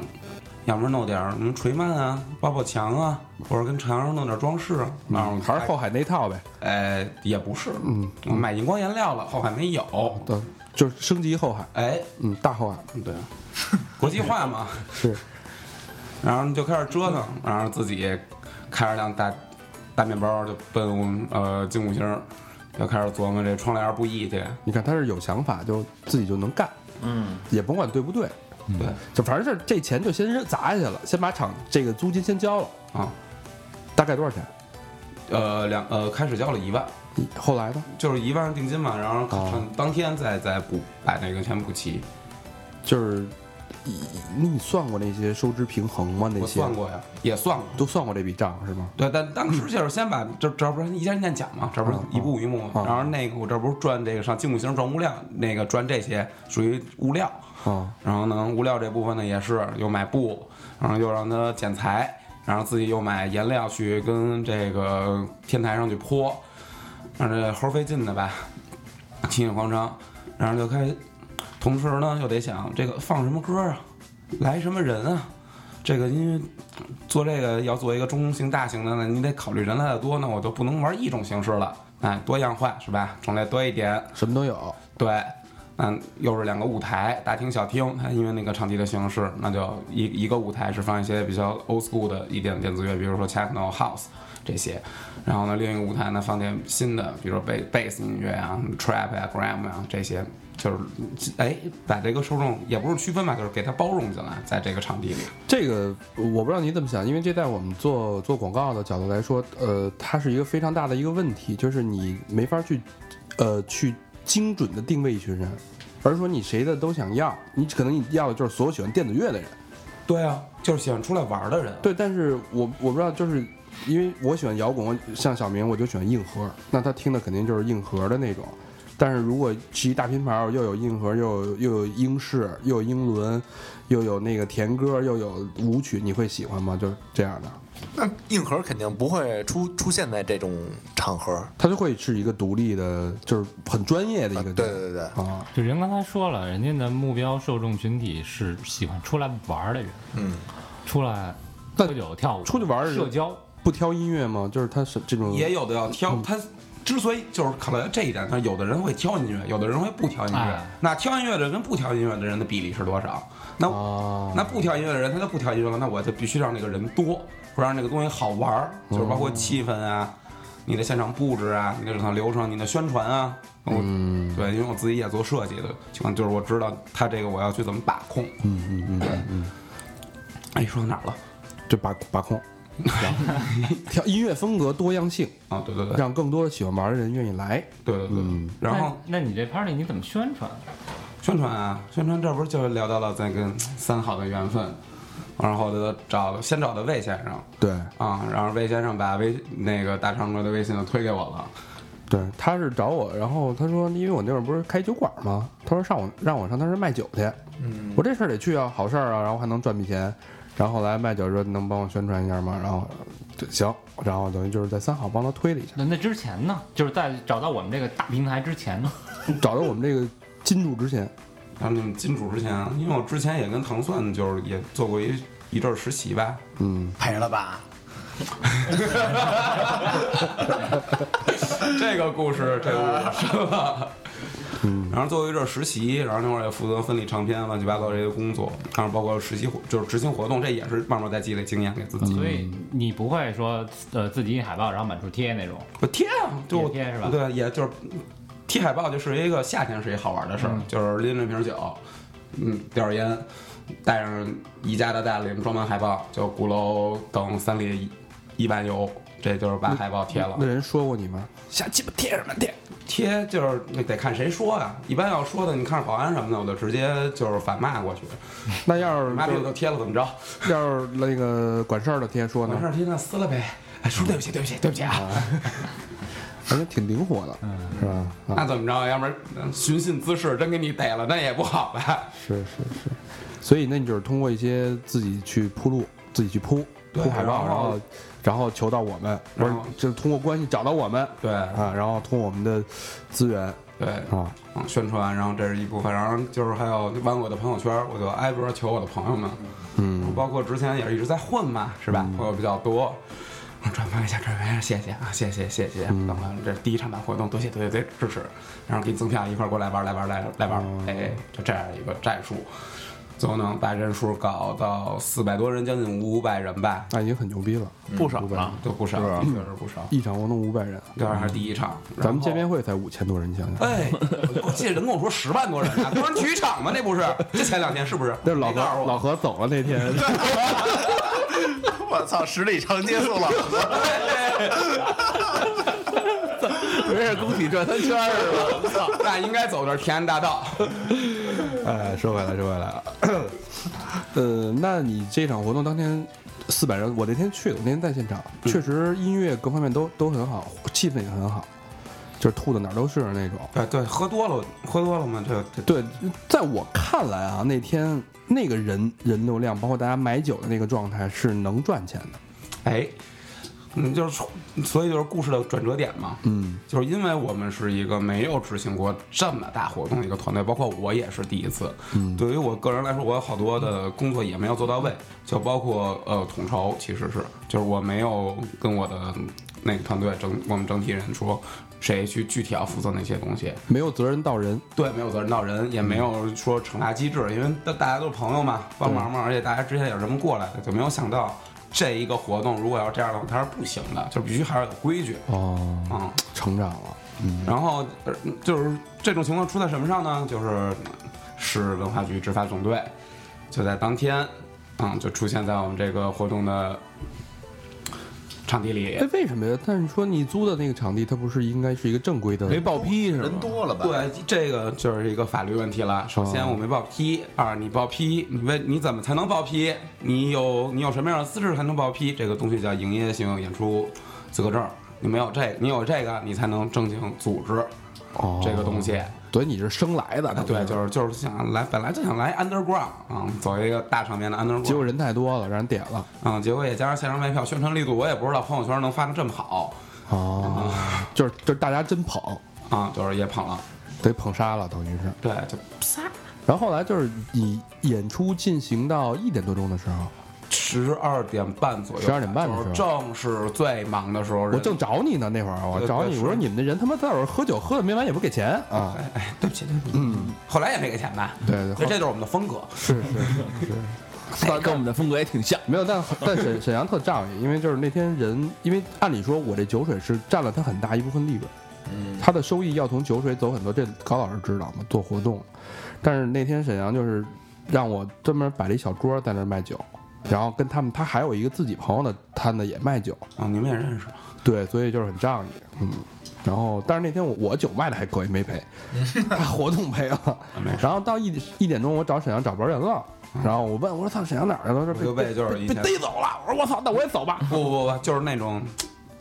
F: 要不然弄点儿什么锤曼啊、抱抱墙啊，或者跟墙上弄点装饰啊，然后
B: 嗯还是后海那套呗，
F: 哎也不是，嗯，我买荧光颜料了，后海没有，
B: 对，就是升级后海，
F: 哎，
B: 嗯，大后海
F: 对，国际化嘛，
B: 是
F: 然后就开始折腾，然后自己开着辆大大面包就奔我们呃金五星，就开始琢磨这窗帘布艺去，
B: 你看他是有想法，就自己就能干，嗯，也甭管对不对，
F: 对
B: 就反正是这钱就先扔砸下去了，先把场这个租金先交了，
F: 啊，
B: 大概多少钱？
F: 呃两呃开始交了一万，
B: 你后来呢？
F: 就是一万定金嘛，然后
B: 哦
F: 当天再再补把那个钱补齐，
B: 就是你你算过那些收支平衡吗？那
F: 我
B: 些
F: 算过呀，也算过。
B: 都算过这笔账是吗？
F: 对，但当时就是先把这这不是一家一件讲嘛，这不是
B: 嗯
F: 一步一步嘛。
B: 嗯
F: 然后那个我这不是赚这个上金五星赚物料，那个赚这些属于物料，
B: 啊，
F: 然后呢，物料这部分呢也是又买布，然后又让他剪裁，然后自己又买颜料去跟这个天台上去泼，让这猴费劲的吧，七眼狂张，然后就开始，同时呢又得想这个放什么歌啊，来什么人啊，这个因为做这个要做一个中型大型的呢，你得考虑人来的多呢，我就不能玩一种形式了，哎，多样化是吧？种类多一点，
B: 什么都有，
F: 对，那又是两个舞台，大厅、小厅。它因为那个场地的形式，那就一一个舞台是放一些比较 old school 的一点电子乐，比如说 techno、house 这些。然后呢，另一个舞台呢放点新的，比如说 bass bass 音乐啊、trap 啊、gram 啊这些，就是哎把这个受众也不是区分吧，就是给它包容进来，在这个场地里。
B: 这个我不知道你怎么想，因为这在我们做做广告的角度来说，呃，它是一个非常大的一个问题，就是你没法去，呃，去精准的定位一群人，而是说你谁的都想要，你可能你要的就是所有喜欢电子乐的人，
F: 对啊，就是喜欢出来玩的人。
B: 对，但是我我不知道，就是因为我喜欢摇滚，我像小明我就喜欢硬核，那他听的肯定就是硬核的那种。但是如果是一大拼盘儿，又有硬核，又有又有英式，又有英伦，又有那个甜歌，又有舞曲，你会喜欢吗？就是这样的，
E: 那硬核肯定不会出出现在这种场合。啊
B: 它就会是一个独立的，就是很专业的一个
E: 对
B: 地方。
E: 对对，
B: 啊，
D: 就人刚才说了，人家的目标受众群体是喜欢出来玩儿的人，
E: 嗯，
D: 出来
B: 但
D: 喝酒跳舞，
B: 出去玩儿的人
D: 社交。
B: 不挑音乐吗？就是它是这种
F: 也有的要挑，他之所以就是可能这一点，他有的人会挑音乐，有的人会不挑音乐。
D: 哎
F: 那挑音乐的跟不挑音乐的人的比例是多少？那、
B: 啊，
F: 那不挑音乐的人，他就不挑音乐了，那我就必须让这个人多，我让这个东西好玩儿，就是包括气氛啊。你的现场布置啊，你的整套流程，你的宣传啊，我、嗯、对，因为我自己也做设计的情况，就是我知道他这个我要去怎么把控。嗯嗯嗯嗯。哎，说到哪儿了？
B: 就把把 控，然后挑音乐风格多样性，
F: 啊，对对对，
B: 让更多喜欢玩的人愿意来。
F: 对对对。
B: 嗯
F: 然后
D: 那，那你这 party 你怎么宣传？
F: 宣传啊，宣传这不是就聊到了咱跟三好的缘分，然后就找先找的魏先生
B: 对
F: 啊，然后魏先生把微那个大长哥的微信就推给我了，
B: 对，他是找我，然后他说，因为我那会儿不是开酒馆吗？他说上我让我上他那儿卖酒去，嗯，我这事儿得去啊，好事儿啊，然后还能赚笔钱。然后后来卖酒说能帮我宣传一下吗？然后就行，然后等于就是在三好帮他推了一下，
D: 那那之前呢？就是在找到我们这个大平台之前呢？
B: 找到我们这个金主之前，
F: 然后你们进组之前，因为我之前也跟糖蒜就是也做过一一阵儿实习吧，
B: 嗯，
E: 赔了吧？
F: 这个故事，这个故事是吧？嗯，然后作为一阵儿实习，然后那会儿也负责分理唱片、乱七八糟这些工作，然后包括实习活就是执行活动，这也是慢慢在积累经验给自
B: 嗯
F: 己。
D: 所以你不会说呃自己印海报然后满处贴那种？
F: 我贴啊，就我
D: 也贴是吧
F: 对，也就是贴海报，就是一个夏天是一好玩的事儿，就是拎着瓶酒，嗯，叼着烟，带上宜家的袋子里面装满海报，就鼓楼等三里一一万油，这就是把海报贴了
B: 那。人说过你吗？
F: 瞎鸡巴贴什么贴？贴就是那得看谁说啊，一般要说的，你看着保安什么的，我就直接就是反骂过去，
B: 那要是
F: 妈逼
B: 就
F: 我都贴了，怎么着？
B: 要是那个管事儿的贴说
F: 完事
B: 呢，
F: 儿贴那撕了呗。哎，叔，对不起，对不起，对不起啊！
B: 感觉挺灵活的，是吧？啊，
F: 嗯那怎么着？要不然寻衅滋事，真给你逮了，那也不好吧？
B: 是是是，所以那你就是通过一些自己去铺路，自己去铺
F: 对
B: 铺海报，
F: 然
B: 然
F: 后
B: 后然后求到我们，不
F: 然
B: 是
F: 后
B: 就是通过关系找到我们
F: 对
B: 啊，然后通过我们的资源
F: 对，
B: 啊，
F: 嗯，宣传，然后这是一部分，然后就是还有玩我的朋友圈，我就挨个求我的朋友们，嗯，包括之前也是一直在混嘛，是
B: 嗯
F: 吧？朋友比较多，我转发一下，转发一下，谢谢啊，谢谢谢谢，
B: 嗯
F: 等了这第一场版活动，多谢多谢多谢支持，然后给你赠票，一块儿过来玩儿来玩儿来来玩儿，
B: 哦
F: 哎，就这样一个战术，最后能把人数搞到四百多人，将近五百人吧，
B: 那已经很牛逼了，
G: 不少啊
B: 500
G: 了
B: 人，
F: 都不少，确实不少。
B: 一场活动五百人，
F: 当然还是第一场，
B: 嗯咱们
F: 然后
B: 见面会才五千多人，你想想。
F: 哎，我记得人跟我说十万多人 呢，不是体育场吗？那不是，这前两天是不是？
B: 那是老
F: 没告诉
B: 何
F: 我
B: 老何走了那天，
E: 我操，十里长街送老 何，
G: 没事，工体转三圈儿是吧？
F: 那应该走的是平安大道。
B: 哎，说回来说回来啊，呃，那你这场活动当天四百人，我那天去的，我那天在现场，确实音乐各方面都都很好，气氛也很好，就是吐的哪儿都是那种。
F: 哎对对，喝多了，喝多了嘛，这这
B: 对，在我看来啊，那天那个人人流量，包括大家买酒的那个状态，是能赚钱的。
F: 哎，嗯，就是所以就是故事的转折点嘛。
B: 嗯，
F: 就是因为我们是一个没有执行过这么大活动的一个团队，包括我也是第一次。嗯，对于我个人来说，我有好多的工作也没有做到位，就包括呃统筹，其实是就是我没有跟我的那个团队整我们整体人说，谁去具体要负责那些东西。
B: 没有责任到人，
F: 对，没有责任到人，也没有说惩罚机制，因为大大家都是朋友嘛，帮忙嘛，而且大家之前也是这么过来的，就没有想到这一个活动如果要这样的话，它是不行的，就必须还是有规矩
B: 哦，
F: 啊。嗯
B: 成长了，
F: 然后呃就是这种情况出在什么上呢？就是市文化局执法总队就在当天，嗯，就出现在我们这个活动的场地里
B: 哎。，为什么呀？但是说你租的那个场地，它不是应该是一个正规的？
C: 没报批是吧？
G: 人多了吧？
F: 对，这个就是一个法律问题了。首先，我没报批；二，你报批，你为你怎么才能报批？你有你有什么样的资质才能报批？这个东西叫营业性演出资格证。你没有这个，你有这个，你才能正经组织
B: 哦，
F: 这个东西。
B: 所以你是生来的，
F: 啊，，对，就是是就是想来，本来就想来 underground 啊，走一个大场面的 underground，
B: 结果人太多了，让人点了，
F: 嗯，结果也加上线上卖票，宣传力度我也不知道朋友圈能发的这么好
B: 哦，就是就是大家真捧，
F: 啊，就是也捧了，
B: 得捧杀了，等于是。
F: 对，就
B: 然后后来就是你演出进行到一点多钟的时候，
F: 十二点半左右，
B: 12点半的时
F: 就
B: 候
F: 是正是最忙的时候，
B: 我
F: 人
B: 正找你呢，那会儿我
F: 对
B: 找
F: 对
B: 你，
F: 是
B: 我说你们那人他妈在那儿喝酒喝的没完也不给钱啊，
F: 哎对不起，对不起，嗯，后来也没给钱吧？
B: 对对
F: 那这就是我们的风格，
B: 是是是，
G: 跟跟我们的风格也挺像。
B: 没有，但但沈沈阳特仗义，因为就是那天人，因为按理说我这酒水是占了他很大一部分利润，
G: 嗯，
B: 他的收益要从酒水走很多，这高老师知道嘛，做活动，但是那天沈阳就是让我专门摆了一小桌在那儿卖酒，然后跟他们，他还有一个自己朋友的摊子也卖酒，
F: 啊，你们也认识，
B: 对，所以就是很仗义，嗯。然后，但是那天我我酒卖的还可以，没 赔，他活动赔了。然后到一一点钟，我找沈阳找不着人了，然后我问嗯我说：“操，沈阳哪儿去了？”他说：“
F: 我就被就是以
B: 被
F: 前
B: 逮走了。”我说：“我操，那我也走吧。
F: 不不不，就是那种。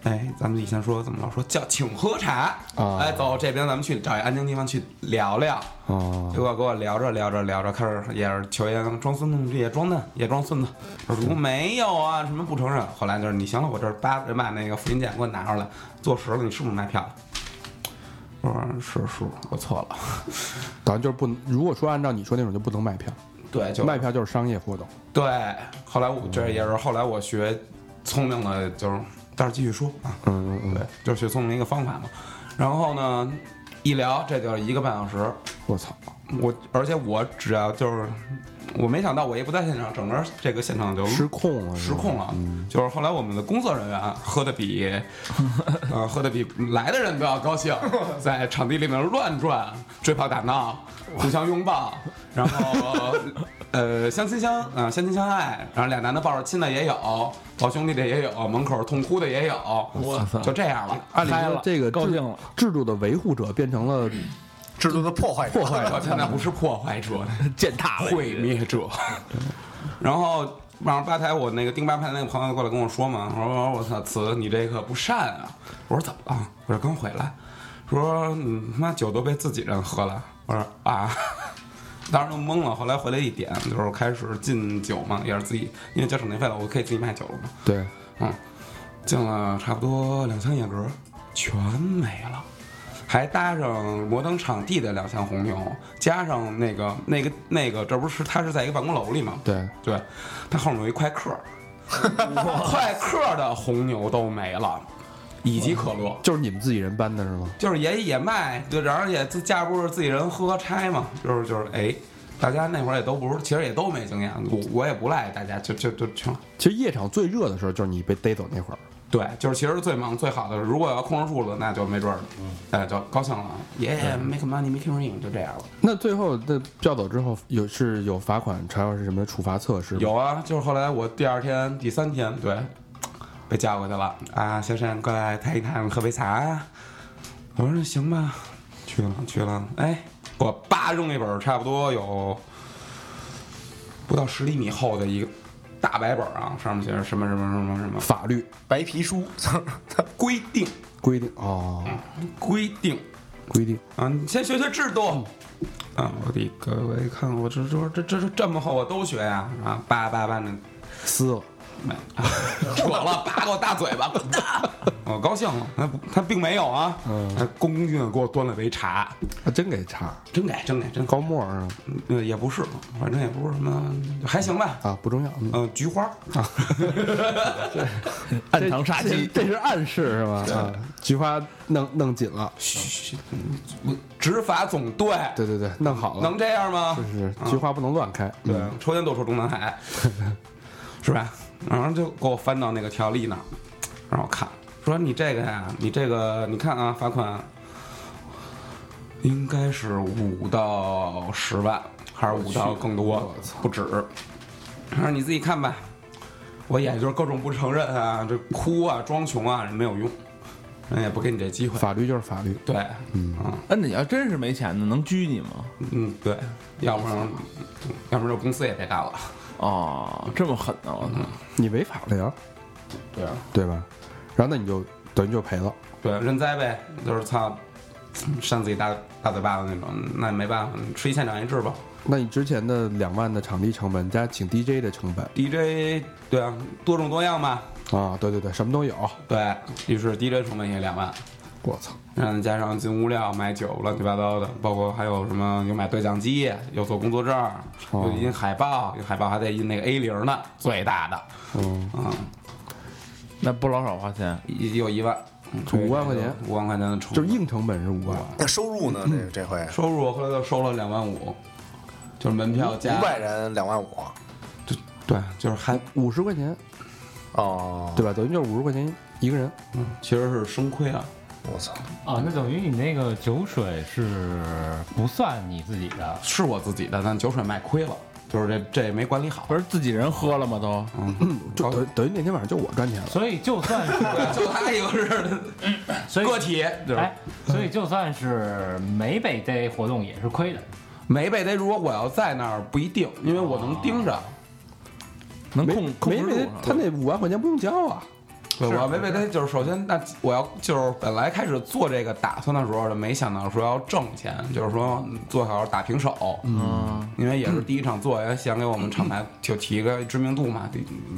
F: 哎，咱们以前说怎么老说叫请喝茶
B: 啊
F: 哎，走这边咱们去找一安静地方去聊聊。”
B: 哦
F: 结，果跟我聊着聊着聊着，开始也是求爷装孙子，也装嫩，也装孙子。我说没有啊，什么不承认。后来就是你行了，我这儿八人把那个复印件给我拿出来，坐实了，你是不是卖票？我说是叔，我错了。
B: 等于就是不能，如果说按照你说那种就不能卖票，
F: 对，就
B: 卖票就是商业活动。
F: 对。后来我这也是后来我学聪明了，就是但是继续说啊，
B: 嗯嗯
F: 对，就是学聪明一个方法嘛。然后呢，一聊这就是一个半小时，
B: 我操，
F: 我而且我只要就是我没想到我也不在现场，整个这个现场就
B: 失控了，嗯
F: 失控了，就是后来我们的工作人员喝的比， 呃，喝的比来的人都要高兴，在场地里面乱转、追跑打闹、互相拥抱，然后呃 相亲相嗯、相亲相爱，然后俩男的抱着亲的也有，抱兄弟的也有，门口痛哭的也有，
C: 我操
F: 就这样了。
B: 按理
C: 嗨
B: 说
C: 了
B: 这个
C: 高
B: 制
C: 兴了
B: 制度的维护者变成了
E: 制度的破坏者，破坏
F: 我现在不是破坏者，
G: 践踏了
F: 毁灭者。 然后晚上吧台，我那个丁八派那个朋友过来跟我说嘛，我说我操，词你这个不善啊！我说怎么了？我说刚回来，说你他妈酒都被自己人喝了。我说啊， 当时都懵了。后来回来一点，就是开始进酒嘛，也是自己，因为交场内费了，我可以自己卖酒了嘛。
B: 对
F: 嗯，进了差不多两箱野格，全没了，还搭上摩登场地的两箱红牛，加上那个那个那个，这不是他是在一个办公楼里吗？
B: 对，
F: 对，他后面有一快客，快客的红牛都没了，以及可乐。
B: 就是你们自己人搬的是吗？
F: 就是也也卖，对，然后也自架不住自己人喝拆嘛，就是就是哎，大家那会儿也都不是，其实也都没经验，我我也不赖大家，就就就全
B: 其实夜场最热的时候就是你被逮走那会儿，
F: 对，就是其实最忙最好的，如果要控制住了，那就没准儿，哎，就高兴了，耶、yeah,，make money make money，就这样了。
B: 那最后那叫走之后有是有罚款，还有是什么处罚措施？
F: 有啊，就是后来我第二天、第三天，对，被叫过去了啊，先生过来谈一谈，喝杯茶呀。我说行吧，去了去了，哎，给我扒扔一本差不多有不到十厘米厚的一个大白本啊，上面写着什么什么什么什么
B: 法律
E: 白皮书，
F: 规定
B: 规定哦，
F: 规定
B: 规定
F: 啊，你先学学制度。啊，我的各位看我这这这这这这么厚我都学呀啊，叭叭叭那
B: 撕了，
F: 没，滚了，叭给我大嘴巴， 滚蛋！我高兴了，他不他并没有啊，
B: 嗯
F: 他恭恭敬敬给我端了杯茶，
B: 还啊真给查
F: 真给真给真高，
B: 高沫儿啊
F: 呃也不是，反正也不是什么，还行吧，
B: 啊，不重要，嗯，
F: 嗯，菊花，
G: 暗藏杀机，
B: 这是暗示是吧？啊，菊花弄弄紧了，
F: 执法总队，
B: 对对对，弄好了
F: 能，这样吗？啊
B: 就是菊花不能乱开，嗯
F: 对，抽烟都抽中南海， 是吧？然后就给我翻到那个条例那儿，让我看，说你这个呀，你这个你看啊，罚款应该是五到十万，还是五到更多，不止。他说你自己看吧，我也就是各种不承认啊，这哭啊，装穷啊，没有用，人也不给你这机会。
B: 法律就是法律，
F: 对，嗯
C: 哎，你要真是没钱呢，能拘你吗？
F: 嗯，对，要不然，要不然这公司也别干了。
C: 哦，这么狠呢、我操！
B: 你违法了呀，
F: 对啊。
B: 对吧？然后那你就等于就赔了，
F: 对，认栽呗，就是操，扇自己大大嘴巴子那种，那也没办法，吃一堑长一智吧。
B: 那你之前的两万的场地成本加请 DJ 的成本
F: DJ 对啊，多种多样嘛，
B: 啊，对对对，什么都有，
F: 对于是 DJ 成本也两万，
B: 我操，
F: 嗯，加上进物料、买酒乱七八糟的，包括还有什么有买对讲机，有做工作证，
B: 哦
F: 有印海报，有海报还得印那个 A 零呢，最大的，
B: 嗯，
F: 嗯，
C: 那不老少花钱，
F: 一有一万，嗯
B: 五万块钱，
F: 五万块钱的成本，
B: 就是硬成本是五万，
E: 那收入呢？这这回
F: 收入，后来又收了两万五，就是门票加
E: 五百人两万五，
F: 对，就是还
B: 五十块钱
E: 哦，
B: 对吧？等于就是五十块钱一个人，
F: 嗯其实是生亏啊。
E: 我操，
D: 哦，那等于你那个酒水是不算你自己的，
F: 是我自己的，但酒水卖亏了，就是这这也没管理好。
C: 不是自己人喝了吗？都
F: 嗯，
B: 就等于等于那天晚上就我赚钱了，
D: 所以就算是，
F: 就他一个是
D: 所以
F: 个体，就是
D: 哎，所以就算是没被逮活动也是亏的。
F: 没被逮。如果我要在那儿，不一定，因为我能盯着。
C: 能
B: 没
C: 控控
B: 没
C: 制住
B: 没
C: 是吧
B: 他那五万块钱不用交啊，
F: 对，我要没被逮，就是首先那我要就是本来开始做这个打算的时候，就没想到说要挣钱，就是说做好打平手。嗯，因为也是第一场做，也哎想给我们厂牌就提个知名度嘛，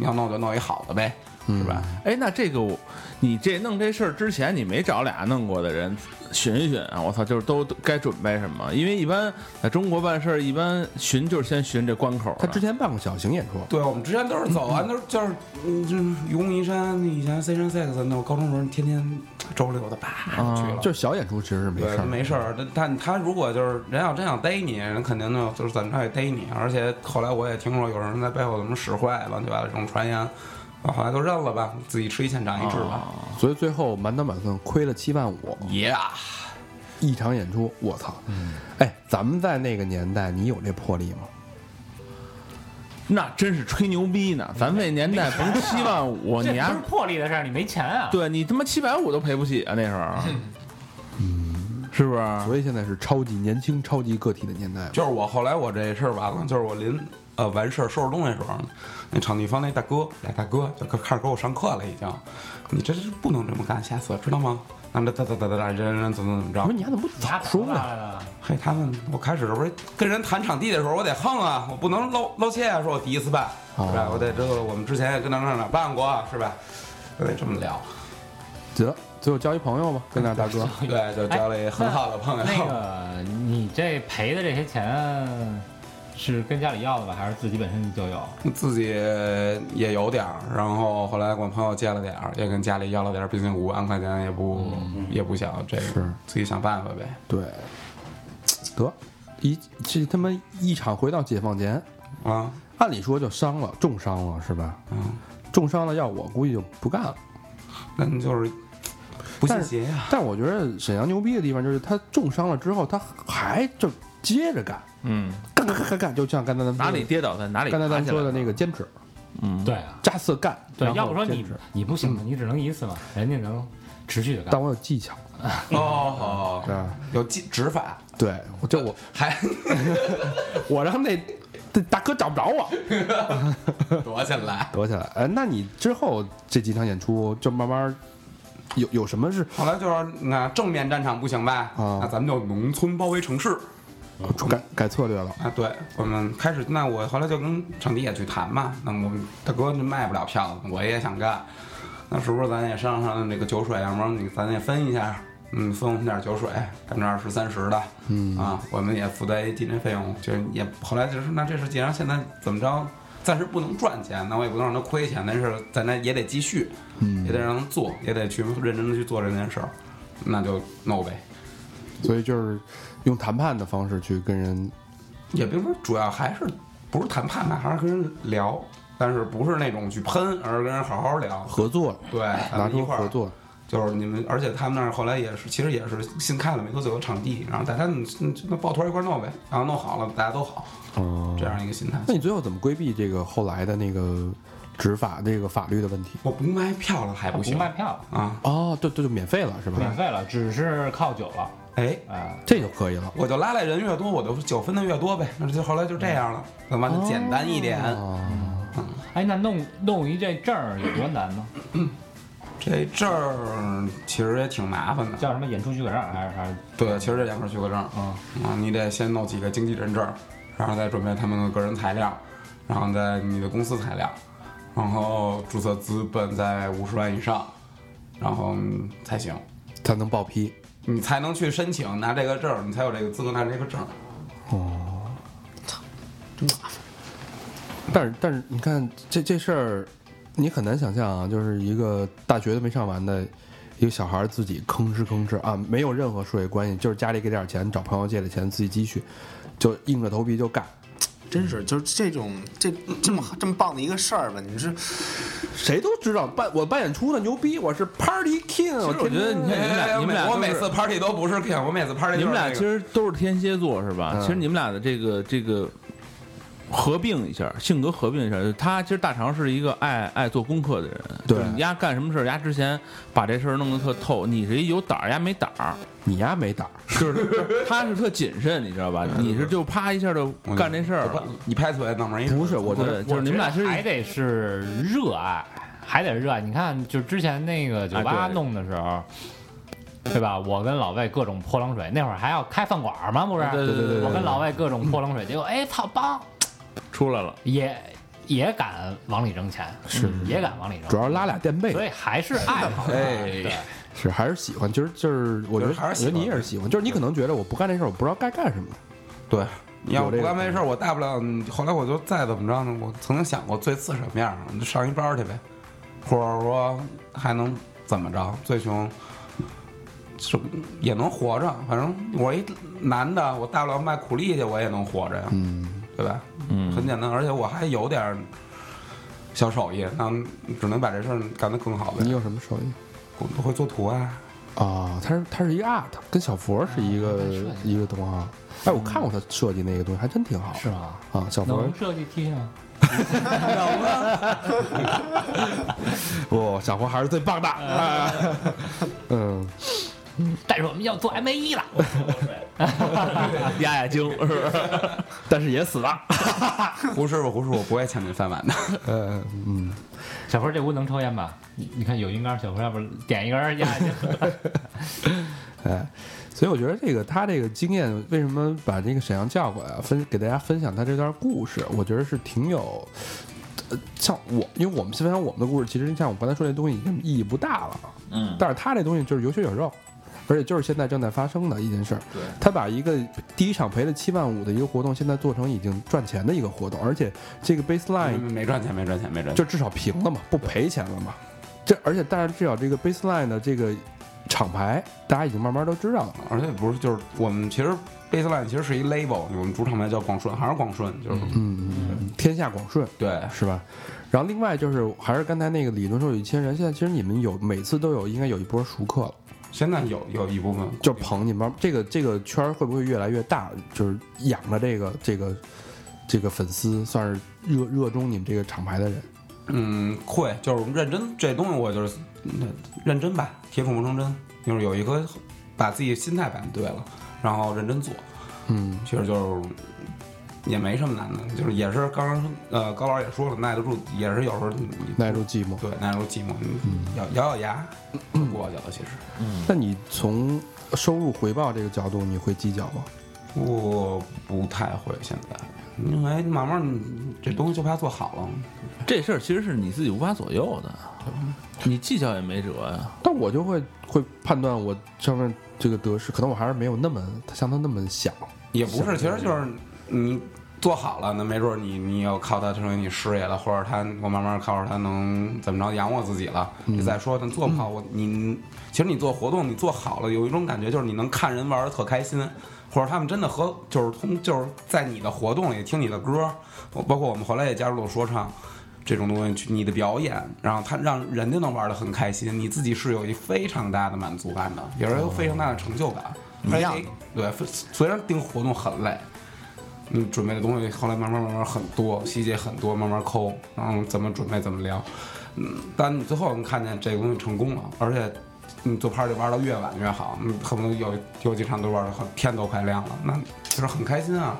F: 要弄就弄一好的呗，是吧？
C: 哎，那这个我，你这弄这事儿之前，你没找俩弄过的人寻一寻啊？我操，就是都都该准备什么？因为一般在中国办事儿，一般寻就是先寻这关口儿的。
B: 他之前办过小型演出，
F: 对，我们之前都是走完都是就是，嗯，就是愚公移山，以前 C 山 six，那我高中时候天天周六的啪就去了。
B: 啊就是小演出其实是没
F: 对
B: 事，儿，
F: 没事儿。但但他如果就是人要真想逮你，人肯定就就是怎么着也逮你。而且后来我也听说有人在背后怎么使坏，乱七八糟这种传言，啊后来都认了吧，自己吃一堑长一智吧。
B: 所以最后满打满算亏了七万五，
F: 耶、
B: 一场演出，我操！哎，咱们在那个年代，你有这魄力吗？
C: 那真是吹牛逼呢！咱这年代甭七万
B: 哦
C: 五，
D: 这
C: 你
D: 不
C: 丫
D: 是魄力的事儿，你没钱啊。
C: 对你他妈七百五都赔不起啊！那时候，是不是？
B: 所以现嗯在是超级年轻、超级个体的年代嘛。
F: 就是我后来我这事儿
D: 嗯
F: 完了，就是我临呃完事儿收拾东西的时候，那场地方那大哥，俩大哥就开始给我上课了，已经，你这是不能这么干，下次知道吗？那这哒哒哒哒哒，人人怎么
B: 我
F: 怎么
B: 说
F: 着？
B: 你还怎么不
D: 你
B: 早
D: 丫怎
B: 说
D: 么啊
B: 呢？
D: 来的？
F: 嘿，他们我开始不是跟人谈场地的时候，我得横啊，我不能露露怯啊，说我第一次办，
D: 哦
F: 是吧？我得这个我们之前也跟哪哪哪办过，是吧？我得这 么聊，
B: 得，最后交一朋友吧，跟俩大哥。
F: 对，就交了一很好的朋友。
D: 哎那个，你这赔的这些钱是跟家里要的吧，还是自己本身就有？
F: 自己也有点儿，然后后来管朋友借了点儿，也跟家里要了点儿，毕竟五万块钱也不、也不小，这个
B: 是
F: 自己想办法呗。
B: 对，得一这他妈一场回到解放前，
F: 啊，
B: 按理说就伤了，重伤了是吧？
F: 嗯，
B: 重伤了，要我估计就不干了。
F: 那你就是不信
B: 但是
F: 邪呀、
B: 但我觉得沈阳牛逼的地方就是他重伤了之后，他还就接着干，
C: 嗯，
B: 干干干干干，就像刚才咱们
C: 哪
B: 说的
C: 里跌倒在哪里爬
B: 刚
C: 起
B: 才
C: 来。
B: 咱们说的那个坚持，
D: 对啊，
B: 扎刺干，
D: 对，
B: 嗯然
D: 要
B: 后嗯
D: 不说
B: 坚
D: 你
B: 持
D: 你不行，你只能一次嘛，人家能持续的干
B: 但。我有技巧，
F: 哦， 好，
B: 对啊吧？
F: 有技执法，
B: 对，我就我
F: 还
B: 我让那那大哥找不着我，
F: 躲起来。
B: 躲起来。哎，那你之后这几场演出就慢慢有有什么是
F: 后来就是那正面战场不行呗，
B: 啊
F: 那咱们就农村包围城市，
B: 呃改改策略了。
F: 啊，对，我们开始，那我后来就跟场地也去谈嘛，那我们大哥就卖不了票，我也想干，那是不是咱也上上那个酒水，要不然你咱也分一下，嗯，分我们点酒水，百分之二十三十的，嗯啊，我们也负担一进店费用，就是也后来就是那这是既然现在怎么着，暂时不能赚钱，那我也不能让他亏钱，但是咱那也得继续，嗯，也得让他做，也得去认真的去做这件事儿，那就弄呗。
B: 所以就是用谈判的方式去跟人，
F: 也并不是主要还是不是谈判吧，还是跟人聊，但是不是那种去喷，而是跟人好好聊。
B: 合作，
F: 对，咱
B: 拿
F: 们一
B: 出
F: 块
B: 合
F: 儿
B: 作。
F: 就是你们，而且他们那儿后来也是，其实也是新开了没多久的场地，然后大家你你那抱团一块儿弄呗，然后弄好了大家都好，
B: 哦
F: 嗯这样一个心态。
B: 那你最后怎么规避这个后来的那个执法这个法律的问题？
F: 我不卖票了还
D: 不
F: 不行
D: 卖票了，
F: 啊？
B: 哦，对对，就免费了是
D: 免
B: 吧？
D: 费了，只是靠酒了
F: 哎，
D: 啊。
B: 这就可以了。
F: 我就拉来人越多，我就酒分的越多呗。那就后来就这样了，怎么就简单一点？
B: 哦
D: 哎，那弄弄一这证儿有多难呢？
F: 这证儿其实也挺麻烦的。
D: 叫什么演出许可证还是还是
F: 对，其实这两份许可证，
D: 嗯
F: 啊，你得先弄几个经纪人证，然后再准备他们的个人材料，然后再你的公司材料，然后注册资本在五十万以上，然后嗯才行，
B: 才能报批。
F: 你才能去申请拿这个证，你才有这个资格拿这个证。
B: 但是但是你看这这事儿，你很难想象啊，就是一个大学都没上完的一个小孩儿自己吭哧吭哧啊，没有任何社会关系，就是家里给点儿钱，找朋友借点钱，自己积蓄，就硬着头皮就干。
E: 真是就是这种这这么这么棒的一个事儿吧？你是
B: 谁都知道办我办演出的牛逼，我是 Party King，
C: 其实我觉得你看你们
F: 哎
C: 俩，你们俩
F: 我
C: 都
F: 每
C: 是
F: 次 party 都不是 king，我每次 party
C: 你们俩
F: 就
C: 其
F: 是
C: 实都是天蝎座是吧？
B: 嗯
C: 其实你们俩的这个这个合并一下，性格合并一下，就他其实大肠是一个爱爱做功课的人，
B: 对
C: 就是你丫干什么事儿，丫之前把这事儿弄得特透，你是一有胆儿，丫没胆儿，
B: 你丫没胆儿，
C: 就是他是特 谨慎，你知道吧？
B: 嗯
C: 你是就啪一下就
F: 那个
C: 干这事儿
F: 我
C: 了
F: 就，你拍腿脑门一
B: 不是我觉
C: 对，
B: 得
C: 就是你们俩其实
D: 还得是热爱，还得是热爱。你看，就之前那个酒
C: 啊
D: 吧
C: 对
D: 弄的时候。对吧？我跟老魏各种泼冷水，那会儿还要开饭馆儿嘛，不是？
C: 对对对对对
D: 我跟老魏各种泼冷水，结果哎，操，帮
C: 出来了。
D: 也也敢往里扔钱，是也敢往里
B: 主
D: 扔，
B: 要是拉俩垫背
D: 所，以还是爱好。
F: 哎
D: 对，
B: 是还是喜欢，就是就是，我觉得
F: 就是还是喜
B: 我觉
F: 欢
B: 得你也是喜欢，就是你可能觉得我不干这事儿，我不知道该干什么。
F: 对，你要
B: 有这
F: 不
B: 个
F: 干没事儿，我大不了嗯后来我就再怎么着呢，我曾经想过最次什么样儿，我就上一班儿去呗，或者说还能怎么着，最穷是也能活着，反正我一男的，我大不了卖苦力去，我也能活着呀，
B: 嗯，
F: 对吧？
C: 嗯
F: 很简单，而且我还有点儿小手艺，那只能把这事儿干得更好呗
B: 你。有什么手艺？
F: 我我会做图案，
B: 啊，他是他是一个 art，跟小佛是一个
D: 设计
B: 一个东啊。哎，我看过他设计那个东西，还真挺好。
D: 是吗？
B: 啊，小佛
D: 能设计 T 吗？
B: 不，小佛还是最棒的。啊 嗯，
D: 但是我们要做 M A 一 了，
C: 压压惊是不是？但是也死了。
F: 胡师傅，胡师傅，我不会欠您饭碗 的。
B: 呃，嗯，
D: 小辉这屋能抽烟吧？你你看有云缸，小辉要不点一根儿压去。
B: 哎，所以我觉得这个他这个经验，为什么把这个沈阳叫过来啊，分给大家分享他这段故事，我觉得是挺有。呃，像我，因为我们分享我们的故事，其实像我刚才说那东西已经意义不大了，
C: 嗯，
B: 但是他这东西就是有血有肉，而且就是现在正在发生的一件事儿。
C: 对，
B: 他把一个第一场赔了七万五的一个活动，现在做成已经赚钱的一个活动，而且这个 baseline
F: 哎没赚钱，没赚钱，没赚钱。
B: 就至少平了嘛，不赔钱了嘛。这而且但是至少这个 baseline 的这个厂牌，大家已经慢慢都知道了。
F: 而且不是，就是我们其实 baseline 其实是一 label，我们主场牌叫广顺，还是广顺，就是、
B: 嗯，嗯，天下广顺
F: 对，
B: 是吧？然后另外就是还是刚才那个理论说有一千人，现在其实你们有每次都有应该有一波熟客了，
F: 现在有有一部分
B: 就是捧你们这个这个圈儿会不会越来越大？就是养着这个这个这个粉丝，算是热热衷你们这个厂牌的人。
F: 嗯会，就是我们认真这东西，我就是嗯认真吧，铁杵磨成针，就是有一颗把自己心态摆对了，然后认真做，
B: 嗯，
F: 其实就是也没什么难的，就是也是刚刚呃高老师也说了，耐得住，也是有时候你
B: 耐嗯住寂寞。
F: 对耐得住寂寞，你咬咬咬牙过去了，其实
B: 那你从收入回报这个角度，你会计较吗？
F: 我不太会现在，因为慢慢你这东西就怕做好了。
C: 这事儿其实是你自己无法左右的，你技巧也没辙呀。
B: 但我就会会判断我上面这个得失，可能我还是没有那么他像他那么想。
F: 也不是，其实就是你做好了，那没准儿你你要靠它成为你事业了，或者它我慢慢靠着它能怎么着养我自己了。你再说，但做不好，我你其实你做活动，你做好了，有一种感觉就是你能看人玩的特开心，或者他们真的和就是通就是在你的活动里听你的歌，我包括我们后来也加入了说唱。这种东西去，你的表演，然后他让人家能玩的很开心，你自己是有一非常大的满足感的，也是有非常大的成就感。
E: 哦一样
F: 而且对，虽然盯活动很累，你准备的东西后来慢慢慢慢很多，细节很多，慢慢抠，然后怎么准备怎么聊，嗯，但你最后能看见这个东西成功了，而且你做 party 玩到越晚越好，嗯，恨不得有有几场都玩的天都快亮了，那就是很开心啊。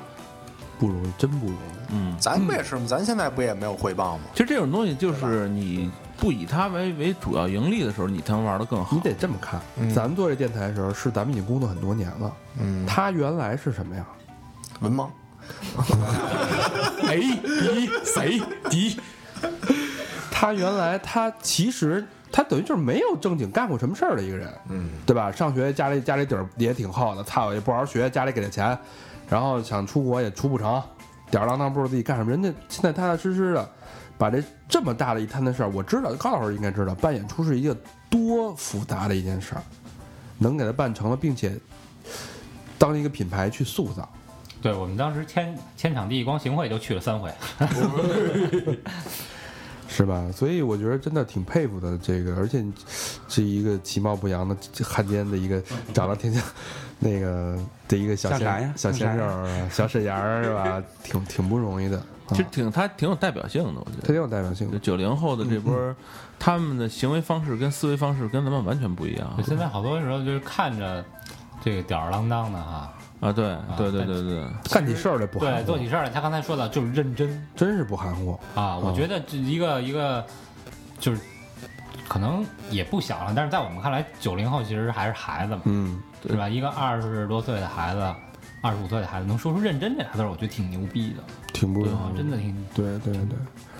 B: 不容易，真不容易。
E: 咱不也是吗？咱现在不也没有回报吗？
C: 嗯其实这种东西就是你不以它为为主要盈利的时候，你才能玩得更好。
B: 你得这么看，咱们做这电台的时候，是咱们已经工作很多年了。嗯，他原来是什么呀？
E: 文盲，
B: 哎，敌谁敌？他原来他其实他等于就是没有正经干过什么事儿的一个人，嗯，对吧？上学家里家里底儿也挺厚的，操也不好好学，家里给的钱，然后想出国也出不成，吊儿郎当不知道自己干什么。人家现在踏踏实实的把这这么大的一摊子事儿，我知道高老师应该知道，办演出是一个多复杂的一件事儿，能给他办成了，并且当一个品牌去塑造。
D: 对我们当时签签场地，光行贿就去了三回。
B: 是吧？所以我觉得真的挺佩服的，这个，而且你是一个其貌不扬的汉奸的一个长得挺像那个的一个小
F: 像啥呀
B: 鲜小鲜
F: 像啥
B: 肉
F: 呀
B: 儿啊、小沈阳儿是吧？挺挺不容易的，啊
C: 其实挺它挺有代表性的，我觉
B: 他
C: 得
B: 挺。有代表性
C: 就
B: 的。
C: 九零后的这波儿，他们的行为方式跟思维方式跟咱们完全不一样
D: 对现在好多时候就是看着这个吊儿郎当的啊，
C: 啊！对对对对对，
B: 干起事儿来不含
D: 对，做
B: 糊，
D: 起事儿来，他刚才说的就是认真
B: 真是不含糊。
D: 啊。
B: 嗯
D: 我觉得这一个一个就是可能也不小了，但是在我们看来，九零后其实还是孩子嘛，
B: 嗯，
D: 是吧？一个二十多岁的孩子，二十五岁的孩子能说出“认真”这俩字儿，我觉得挺牛逼的，
B: 挺不容
D: 啊
B: 易，
D: 真的挺。
B: 对对对。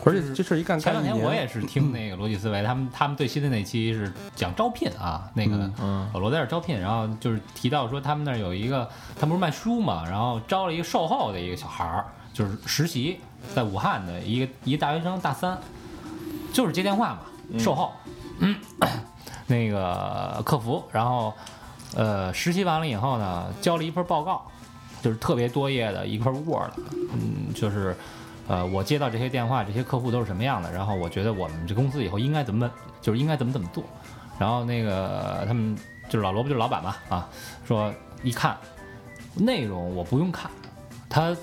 B: 而且这事儿一干
D: 前
B: 嗯干
D: 两
B: 一
D: 天我也
B: 年，
D: 是听那个逻辑思维，他们他们最新的那期是讲招聘啊，那个
C: 嗯
D: 老罗在这儿招聘，然后就是提到说他们那儿有一个，他不是卖书嘛，然后招了一个售后的一个小孩儿，就是实习在武汉的一个一个大学生大三，就是接电话嘛，嗯售后，那个客服，然后呃实习完了以后呢，交了一份报告，就是特别多页的一份 Word，嗯，就是呃我接到这些电话，这些客户都是什么样的，然后我觉得我们这公司以后应该怎么，就是应该怎么怎么做，然后那个他们就是老罗不就是老板嘛啊，说一看内容我不用看，他。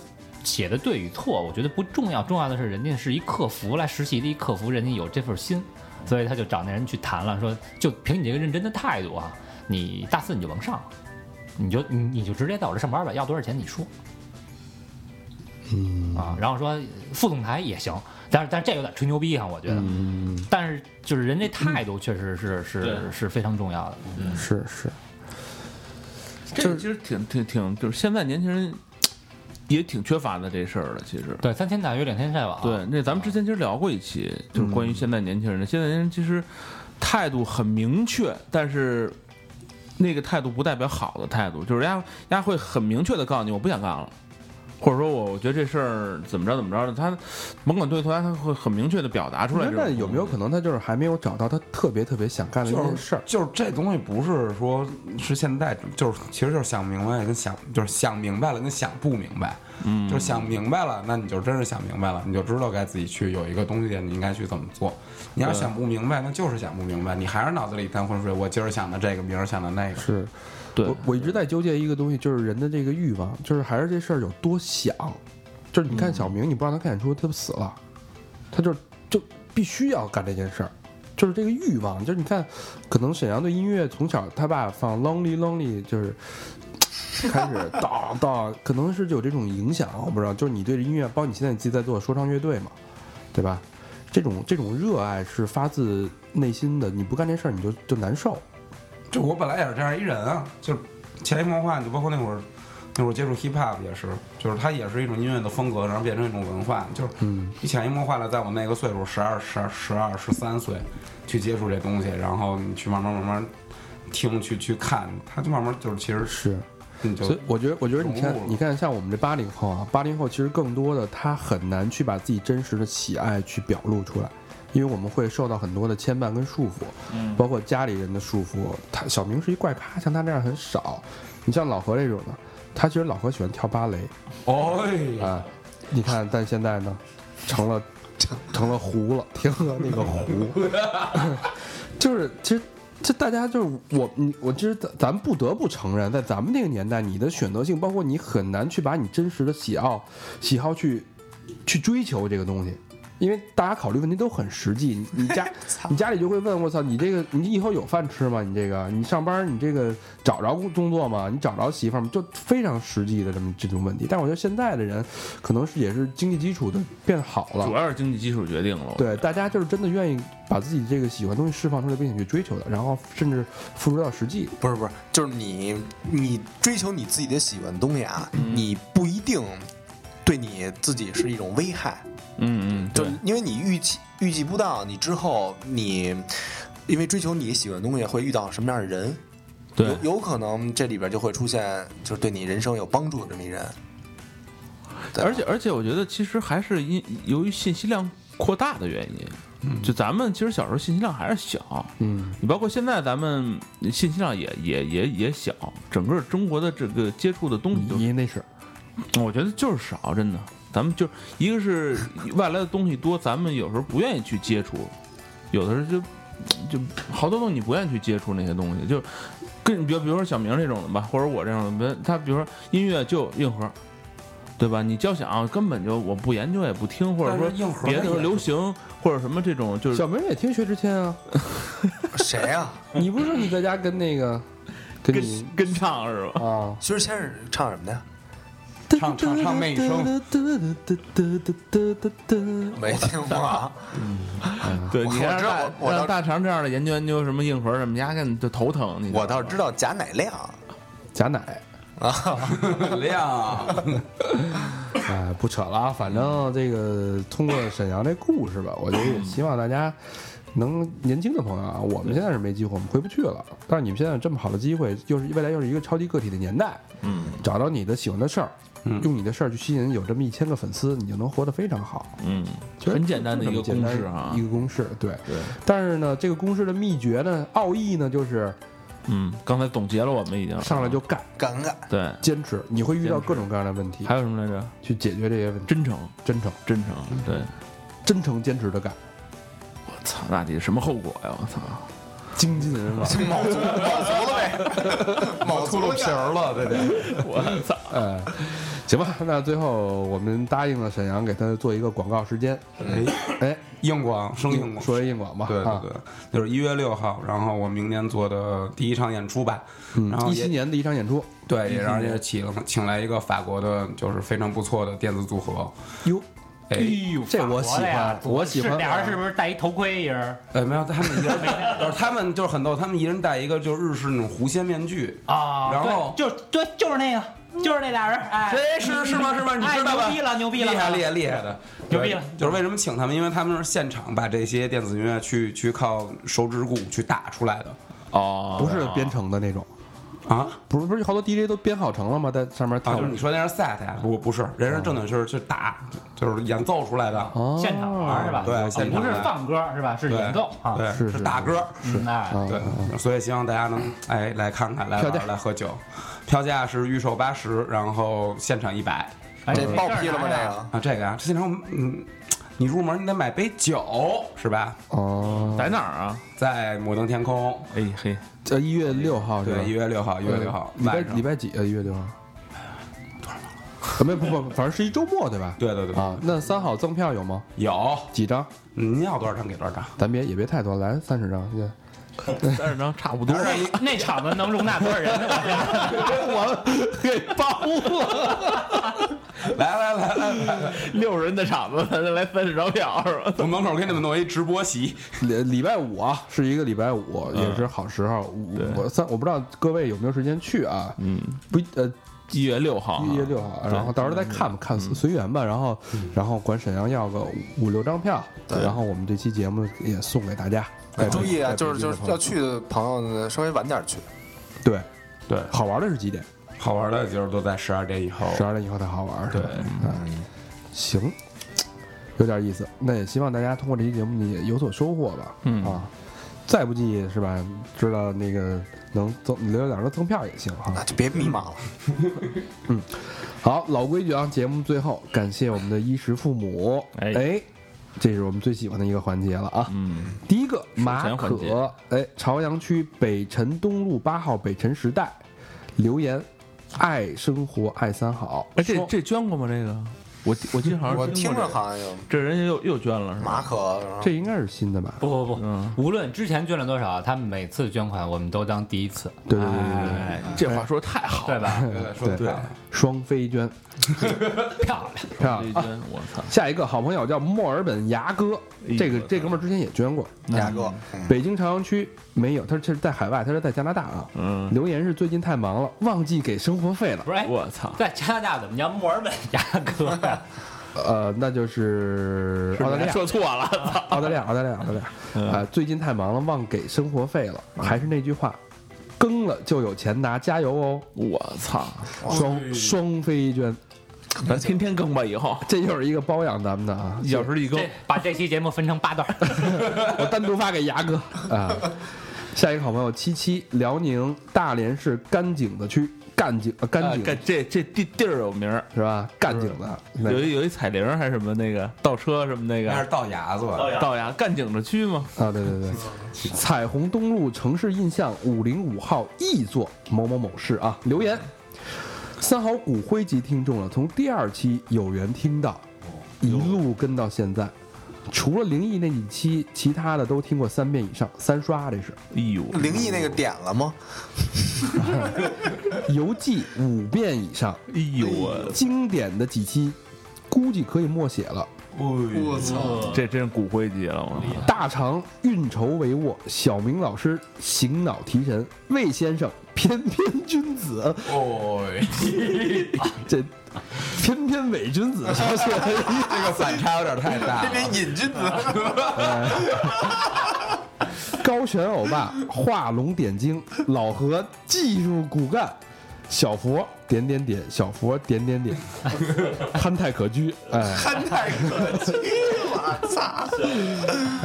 D: 写的对与错，我觉得不重要，重要的是人家是一客服来实习的一客服，人家有这份心，所以他就找那人去谈了，说就凭你这个认真的态度啊，你大四你就甭上了，你就你你就直接在我这上班吧，要多少钱你说。嗯啊，然后说副总裁也行，但是但是这有点吹牛逼啊，我觉得。嗯、但是就是人这态度确实是、
F: 嗯
D: 是
C: 对
D: 是非常重要的。
B: 是是，
C: 这个其实挺挺挺，就是现在年轻人也挺缺乏的这事儿的，其实。
D: 对，三天打鱼两天晒
B: 啊
D: 网。
C: 对，那咱们之前其实聊过一期，
B: 嗯
C: 就是关于现在年轻人的。现在年轻人其实态度很明确，但是那个态度不代表好的态度，就是人家人家会很明确的告诉你，我不想干了。或者说我我觉得这事儿怎么着怎么着的，他甭管对错，他会很明确的表达出来这种东
B: 那
C: 西。
B: 有没有可能他就是还没有找到他特别特别想干的一
F: 就
B: 件
F: 是
B: 事儿？
F: 就是这东西不是说是现在，就是其实就是想明白跟想就是想明白了跟想不明白，嗯，就是想明白了，那你就真是想明白了，你就知道该自己去有一个东西你应该去怎么做。你要想不明白，那就是想不明白，你还是脑子里一滩浑水。我今儿想的这个，明儿想的那个，
B: 是，
C: 对
B: 我我一直在纠结一个东西，就是人的这个欲望，就是还是这事儿有多想，就是你看小明，你不让他看演出，他不死了，他就就必须要干这件事儿，就是这个欲望，就是你看，可能沈阳对音乐从小他爸放 Lonely Lonely 就是。开始到到，可能是有这种影响，我不知道。就是你对这音乐，包括你现在自己在做说唱乐队嘛，对吧？这种这种热爱是发自内心的，你不干这事儿你就就难受。
F: 就我本来也是这样一人啊，就潜移默化，你就包括那会儿那会儿接触 hip hop 也是，就是它也是一种音乐的风格，然后变成一种文化，就是
B: 嗯
F: 你潜移默化的，在我那个岁数，十二、十二、十二、十三岁去接触这东西，然后你去慢慢慢慢听，去去看，它就慢慢就是其实
B: 是，
F: 你就
B: 所以我觉得，我觉得你看
F: 融入，了
B: 你看，像我们这八零后啊，八零后其实更多的他很难去把自己真实的喜爱去表露出来，因为我们会受到很多的牵绊跟束缚，嗯，包括家里人的束缚。他小明是一怪咖，像他这样很少。你像老何这种的，他其实老何喜欢跳芭蕾
F: 哦呀，
B: 啊，你看，但现在呢，成了成了糊了，天鹅那个糊，就是其实。这大家就是我，你我其实咱咱们不得不承认，在咱们那个年代，你的选择性，包括你很难去把你真实的喜好喜好去去追求这个东西，因为大家考虑问题都很实际。你你家你家里就会问我操，你这个你以后有饭吃吗？你这个你上班你这个找着工工作吗？你找着媳妇儿吗？就非常实际的这么这种问题。但我觉得现在的人可能是也是经济基础的变好了，
C: 主要是经济基础决定
G: 哦
C: 了。我觉
B: 对，
C: 得，
B: 大家就是真的愿意把自己这个喜欢的东西释放出来，并且去追求的，然后甚至付出到实际。
E: 不是不是，就是你你追求你自己的喜欢的东西啊，你不一定对你自己是一种危害，
C: 嗯嗯，
E: 就
C: 对
E: 是，因为你预计预计不到你之后你。因为追求你喜欢的东西会遇到什么样的人，
C: 对
E: 有有可能这里边就会出现就是对你人生有帮助的这么一 人，对吧
C: 而且而且，我觉得其实还是因由于信息量扩大的原因。就咱们其实小时候信息量还是小，
B: 嗯，
C: 你包括现在咱们信息量也也也也小，整个中国的这个接触的东西
B: 你那是
C: 就，我觉得就是少，真的。咱们就一个是外来的东西多，咱们有时候不愿意去接触，有的时候就就好多东西你不愿意去接触那些东西，就跟比如比如说小明这种的吧，或者我这种的，他比如说音乐就硬核，对吧？你交响根本就我不研究也不听，或者
F: 但
C: 说
F: 是硬核
C: 别的
F: 那
C: 时候
F: 也
C: 流
F: 是
C: 行或者什么这种
G: 嗯
C: 就是
B: 小明也听薛之谦啊，
E: 谁啊呀、
B: 你不是说你在家跟那个跟你
C: 跟唱 是吧？
B: 啊？
E: 薛之谦是唱什么的 呀？
B: 呃
G: 唱唱唱魅声，
E: 没听过啊，
C: 对，你
E: 我
C: 看
E: 知道
C: 让大
E: 我我
C: 让
E: 倒
C: 大肠这样的研究研究什么硬核什么，压根就头疼。你
E: 我倒是知道贾乃亮
B: 贾乃，
E: 啊，
F: 很 亮啊，
B: 哎，不扯了啊，反正这个通过沈阳这故事吧，我觉得也希望大家。能年轻的朋友啊，我们现在是没机会，我们回不去了。但是你们现在有这么好的机会，又是未来又是一个超级个体的年代，嗯，找到你的喜欢的事儿，用你的事儿去吸引有这么一千个粉丝，你就能活得非常好。
C: 嗯，
B: 其实
C: 很简单的
B: 就
C: 一
B: 这么
C: 个
B: 简
C: 公
B: 单
C: 式啊
B: 一，个公式，对。
C: 对，
B: 但是呢，这个公式的秘诀呢，奥义呢，就是
C: 嗯，刚才总结了我们已经
B: 上来就干，
E: 尴尬。
C: 对，
B: 坚持，你会遇到
C: 坚持
B: 各种各样的问题
C: 还，有什么来着？
B: 去解决这些问题，
C: 真诚，
B: 真诚，
C: 真诚，对，
B: 真诚坚持的干，
C: 我操，那得什么后果呀？我操，
B: 精尽 人亡。
E: 就卯足卯足了呗，卯足了皮儿了，对对。
C: 我操，
B: 呃，行吧，那最后我们答应了沈阳给他做一个广告时间，
F: 哎，
B: 哎，
F: 硬广生硬广，
B: 说一硬广吧，
F: 对对对，就是一月六号，然后我明年做的第一场演出吧，然
B: 啊，
F: 后
B: 一七
F: 也
B: 年的一场演出，
F: 对，也让人家请请来一个法国的，就是非常不错的电子组合，
B: 哟，
F: 哎，
B: 这我喜
D: 活的呀
B: 欢，我喜
D: 是
B: 欢，啊
D: 俩人是不是戴一头盔一人？
F: 呃，没有，他们一人，就是他们就是很逗，他们一人戴一个就是日式那种狐仙面具，
D: 啊，
F: 然后
D: 对就对，就是那个，就是那俩人，哎，
F: 哎，是是吗？是吗？你
D: 哎
F: 知道吧？
D: 牛逼了，牛逼了，啊
F: 厉害厉害厉害的，
D: 牛逼了
F: 对就是为什么请他们？因为他们是现场把这些电子音乐去去靠手指鼓去打出来的
C: 哦，
B: 不是编程的那种，
F: 啊
B: 不是不是好多 DJ 都编好程了吗？在上面
F: 啊！
B: 跳
F: 就是你说那是 set 呀？不不是，人是正经是去打，就是演奏出来的。
B: 哦，
D: 现场玩是吧？
F: 对
D: 啊
F: 现场
D: 不是
F: 玩
D: 放歌是吧？是
F: 对
D: 演奏啊。
F: 对，
B: 是是
F: 是打歌。
D: 嗯，哎，
B: 啊
F: 对，所以希望大家能哎来看看，来
B: 票价
F: 玩来喝酒。票价是预售八十，然后现场一百
D: 哎
E: 这爆批了吗？
D: 这事儿
E: 这
F: 啊。这个啊，这现场嗯，你入门你得买杯酒是吧？
B: 哦，
C: 在哪儿啊？
F: 在摩登天空，
C: 哎嘿，
B: 这一月六号是吧
F: 对，一？月六号，一月六号
B: 礼拜
F: 晚上
B: 礼。拜几啊？一月六号？多少？没有不不，反正是一周末对吧？
F: 对对对，
B: 啊，那三好赠票有吗？
F: 有，
B: 几张？
F: 您要多少张给多少张。
B: 咱别也别太多，来三十张，先
C: 三十张差不多，
D: 那那场子能容纳多少 人呢？
B: 给包了。
F: 来来来来来，
G: 六十人的场子，咱来三十张票是吧？
F: 我门口给你们弄一直播席，
B: 礼礼拜五啊，是一个礼拜
E: 嗯
B: 五，也是好时候。我我三我不知道各位有没有时间去啊？嗯，不一，呃，
C: 一月六号啊，
B: 一月六号，然后到时候再
E: 嗯
B: 看吧，看随缘吧。然后，然后管沈阳要个五五六张票，
E: 对
B: 然后我们这期节目也送给大家。在
E: 注意啊，就是就是要
B: 在北京的朋友
E: 去的朋友呢稍微晚点去，
B: 对
F: 对，
B: 好玩的是几点？
F: 好玩的就是都在十二点以
C: 哦
F: 后。
B: 十二点以后才好玩。是吧
F: 对
B: 嗯，行，有点意思。那也希望大家通过这期节目你有所收获吧。
C: 嗯
B: 啊，再不济是吧？知道那个能赠留点儿赠票也行哈
E: 那。就别迷茫了。
B: 好，老规矩啊，节目最后感谢我们的衣食父母，
C: 哎
B: 哎，这是我们最喜欢的一个环节了啊。
C: 嗯，
B: 第一个马
C: 钱环节
B: 可，哎，朝阳区北辰东路八号北辰时代留言，爱生活爱三好，
C: 哎，这
B: 说
C: 这捐过吗？这个，我我记得好像
E: 我
C: 听
E: 听
C: 过
E: 着
C: 这个，
E: 好像有
C: 这人又又捐了是吧？
E: 马可，然后
B: 这应该是新的吧？
D: 不不不，
C: 嗯
D: 无论之前捐了多少，他们每次捐款我们都当第一次，
B: 对对对对
F: 嗯
B: 对
C: 哎，这话说得太好
D: 对
C: 了，
D: 吧？
F: 对，说得
B: 对
F: 太好了
B: 双飞娟，
D: 漂亮，
B: 漂亮
C: 这一
B: 啊！
C: 捐，我操！
B: 下一个好朋友叫墨尔本牙哥，
C: 哎呦
B: 这个
C: 我操
B: 这哥们儿之前也捐过，
E: 雅哥，嗯
B: 北京朝阳区没有，他是这是在海外，他是在加拿大啊。
C: 嗯，
B: 留言是最近太忙了，忘记给生活费了。
D: 不是？哎
C: 我 操！
D: 在加拿大怎么叫墨尔本牙哥呀？
B: 呃，那就是澳大利亚，
C: 说错了，操！
B: 澳大利亚，澳大利亚，澳大利亚。啊、
C: 嗯
B: 最近太忙了，忘给生活费了。还是那句话，更了就有钱拿，加油哦！
C: 我操！
B: 双双飞娟，
C: 咱天天更吧，以后
B: 这又是一个包养咱们的啊，
C: 一小时一更
D: 这。把这期节目分成八段儿，
B: 我单独发给牙哥啊。下一个好朋友七七，辽宁大连市甘井子区，甘井呃甘
C: 啊
B: 井、
C: 干这这地地儿有名儿，
B: 是吧？甘井的那
C: 有一有一彩铃儿还是什么那个倒车什么那
F: 那
C: 个
F: 是到牙子吧？
C: 倒牙干井着区吗？
B: 啊，对对对，彩虹东路城市印象五零五号 E 座某某某市啊，留言，三好骨灰级听众了，从第二期有缘听到，
C: 哦
B: 一路跟到现在，除了灵异那几期，其他的都听过三遍以上，三刷这是。
C: 哎呦，
E: 灵异那个点了吗？
B: 游记五遍以上，
C: 哎呦我，
B: 经典的几期，估计可以默写了。
E: 我操！
C: 这真是骨灰级了，我操！
B: 大肠运筹帷幄，小明老师醒脑提神，魏先生翩翩君子，
F: 哦，哎
B: 这翩翩伪君子，小雪
F: 这个反差有点太大
E: 这
F: 了。
E: 边瘾君子，
B: 高悬欧巴，画龙点睛，老何技术骨干，小佛点点点，小佛点点 点，憨态可掬，哎。
E: 憨态可掬，我操！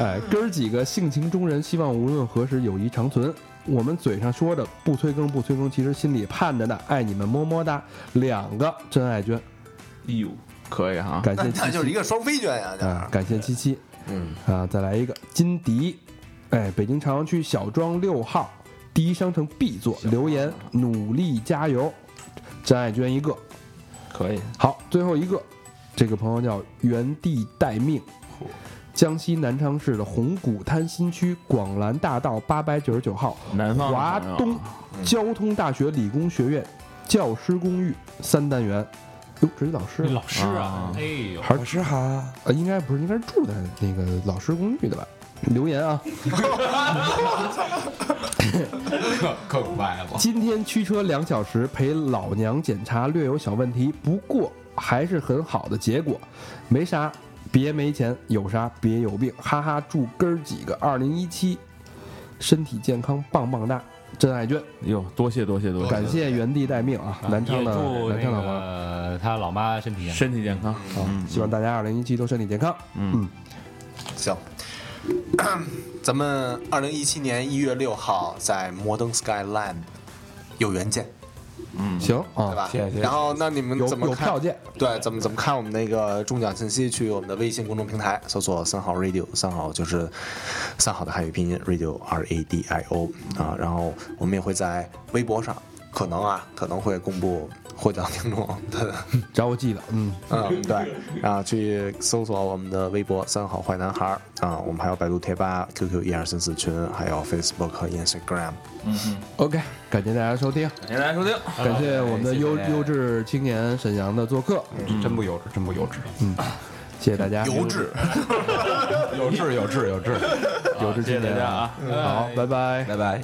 B: 哎，哥儿几个性情中人，希望无论何时友谊长存。我们嘴上说着不催更不催更，其实心里盼着呢，爱你们么么哒。两个真爱捐，
C: 哎呦，可以哈，
B: 感
E: 啊那
B: 谢
E: 那
B: 七
E: 就是一
B: 七
E: 个双飞娟呀，这
B: 啊
E: 是，
B: 感谢七七，
E: 嗯
B: 啊，再来一个金迪，哎，北京朝阳区小庄六号第一商城 B 座留言，
E: 啊
B: 努力加油，真爱捐一个。
C: 可以，
B: 好，最后一个，这个朋友叫原地待命，江西南昌市的红谷滩新区广兰大道八百九十九号
C: 南方的
B: 华
C: 朋友
B: 东交通大学理工学院教师公寓三单元。哟，这是老师
D: 老师啊
C: 啊，
D: 哎呦，
B: 老师好啊，呃应该不是，应该是住在那个老师公寓的吧？留言啊，
F: 更歪了。
B: 今天驱车两小时陪老娘检查，略有小问题，不过还是很好的结果，没啥，别没钱，有啥别有病，哈哈！祝哥儿几个二零一七身体健康，棒棒哒！真爱娟，
C: 哟，多谢多谢多谢，
B: 感谢原地待命啊，南昌
D: 也
B: 的
D: 祝
B: 南
D: 那
B: 昌的朋友
D: 个他老妈身体健康。
C: 身体健康，
B: 啊，希望大家二零一七都身体健康。
C: 嗯，
E: 行。咱们二零一七年一月六号在摩登 Skyline 有缘见，
B: 行
E: 对
B: 啊，
E: 吧？然后那你们
B: 有
E: 怎么
B: 有
E: 看？
B: 票见，
E: 对，怎么怎么看我们那个中奖信息？去我们的微信公众平台搜索“三好 radio”，三好就是三好的汉语拼音 radio r a d i o 啊。然后我们也会在微博上，可能啊，可能会公布获奖听众的，
B: 找我记得，嗯，
E: 嗯，对，啊，去搜索我们的微博“三好坏男孩”啊，我们还有百度贴吧、QQ 一二三四群，还有 Facebook 和 Instagram。
B: OK，感谢大家收听，
C: 感谢大家收听，
B: 感谢我们的优
F: 谢谢嗯
B: 优质青年沈阳的做客，
F: 真不幼稚，真不幼稚，
B: 谢谢大家，
E: 油脂，
F: 有志有志有志，
C: 有志，谢谢大家啊。
B: 好，拜拜。
F: 拜拜。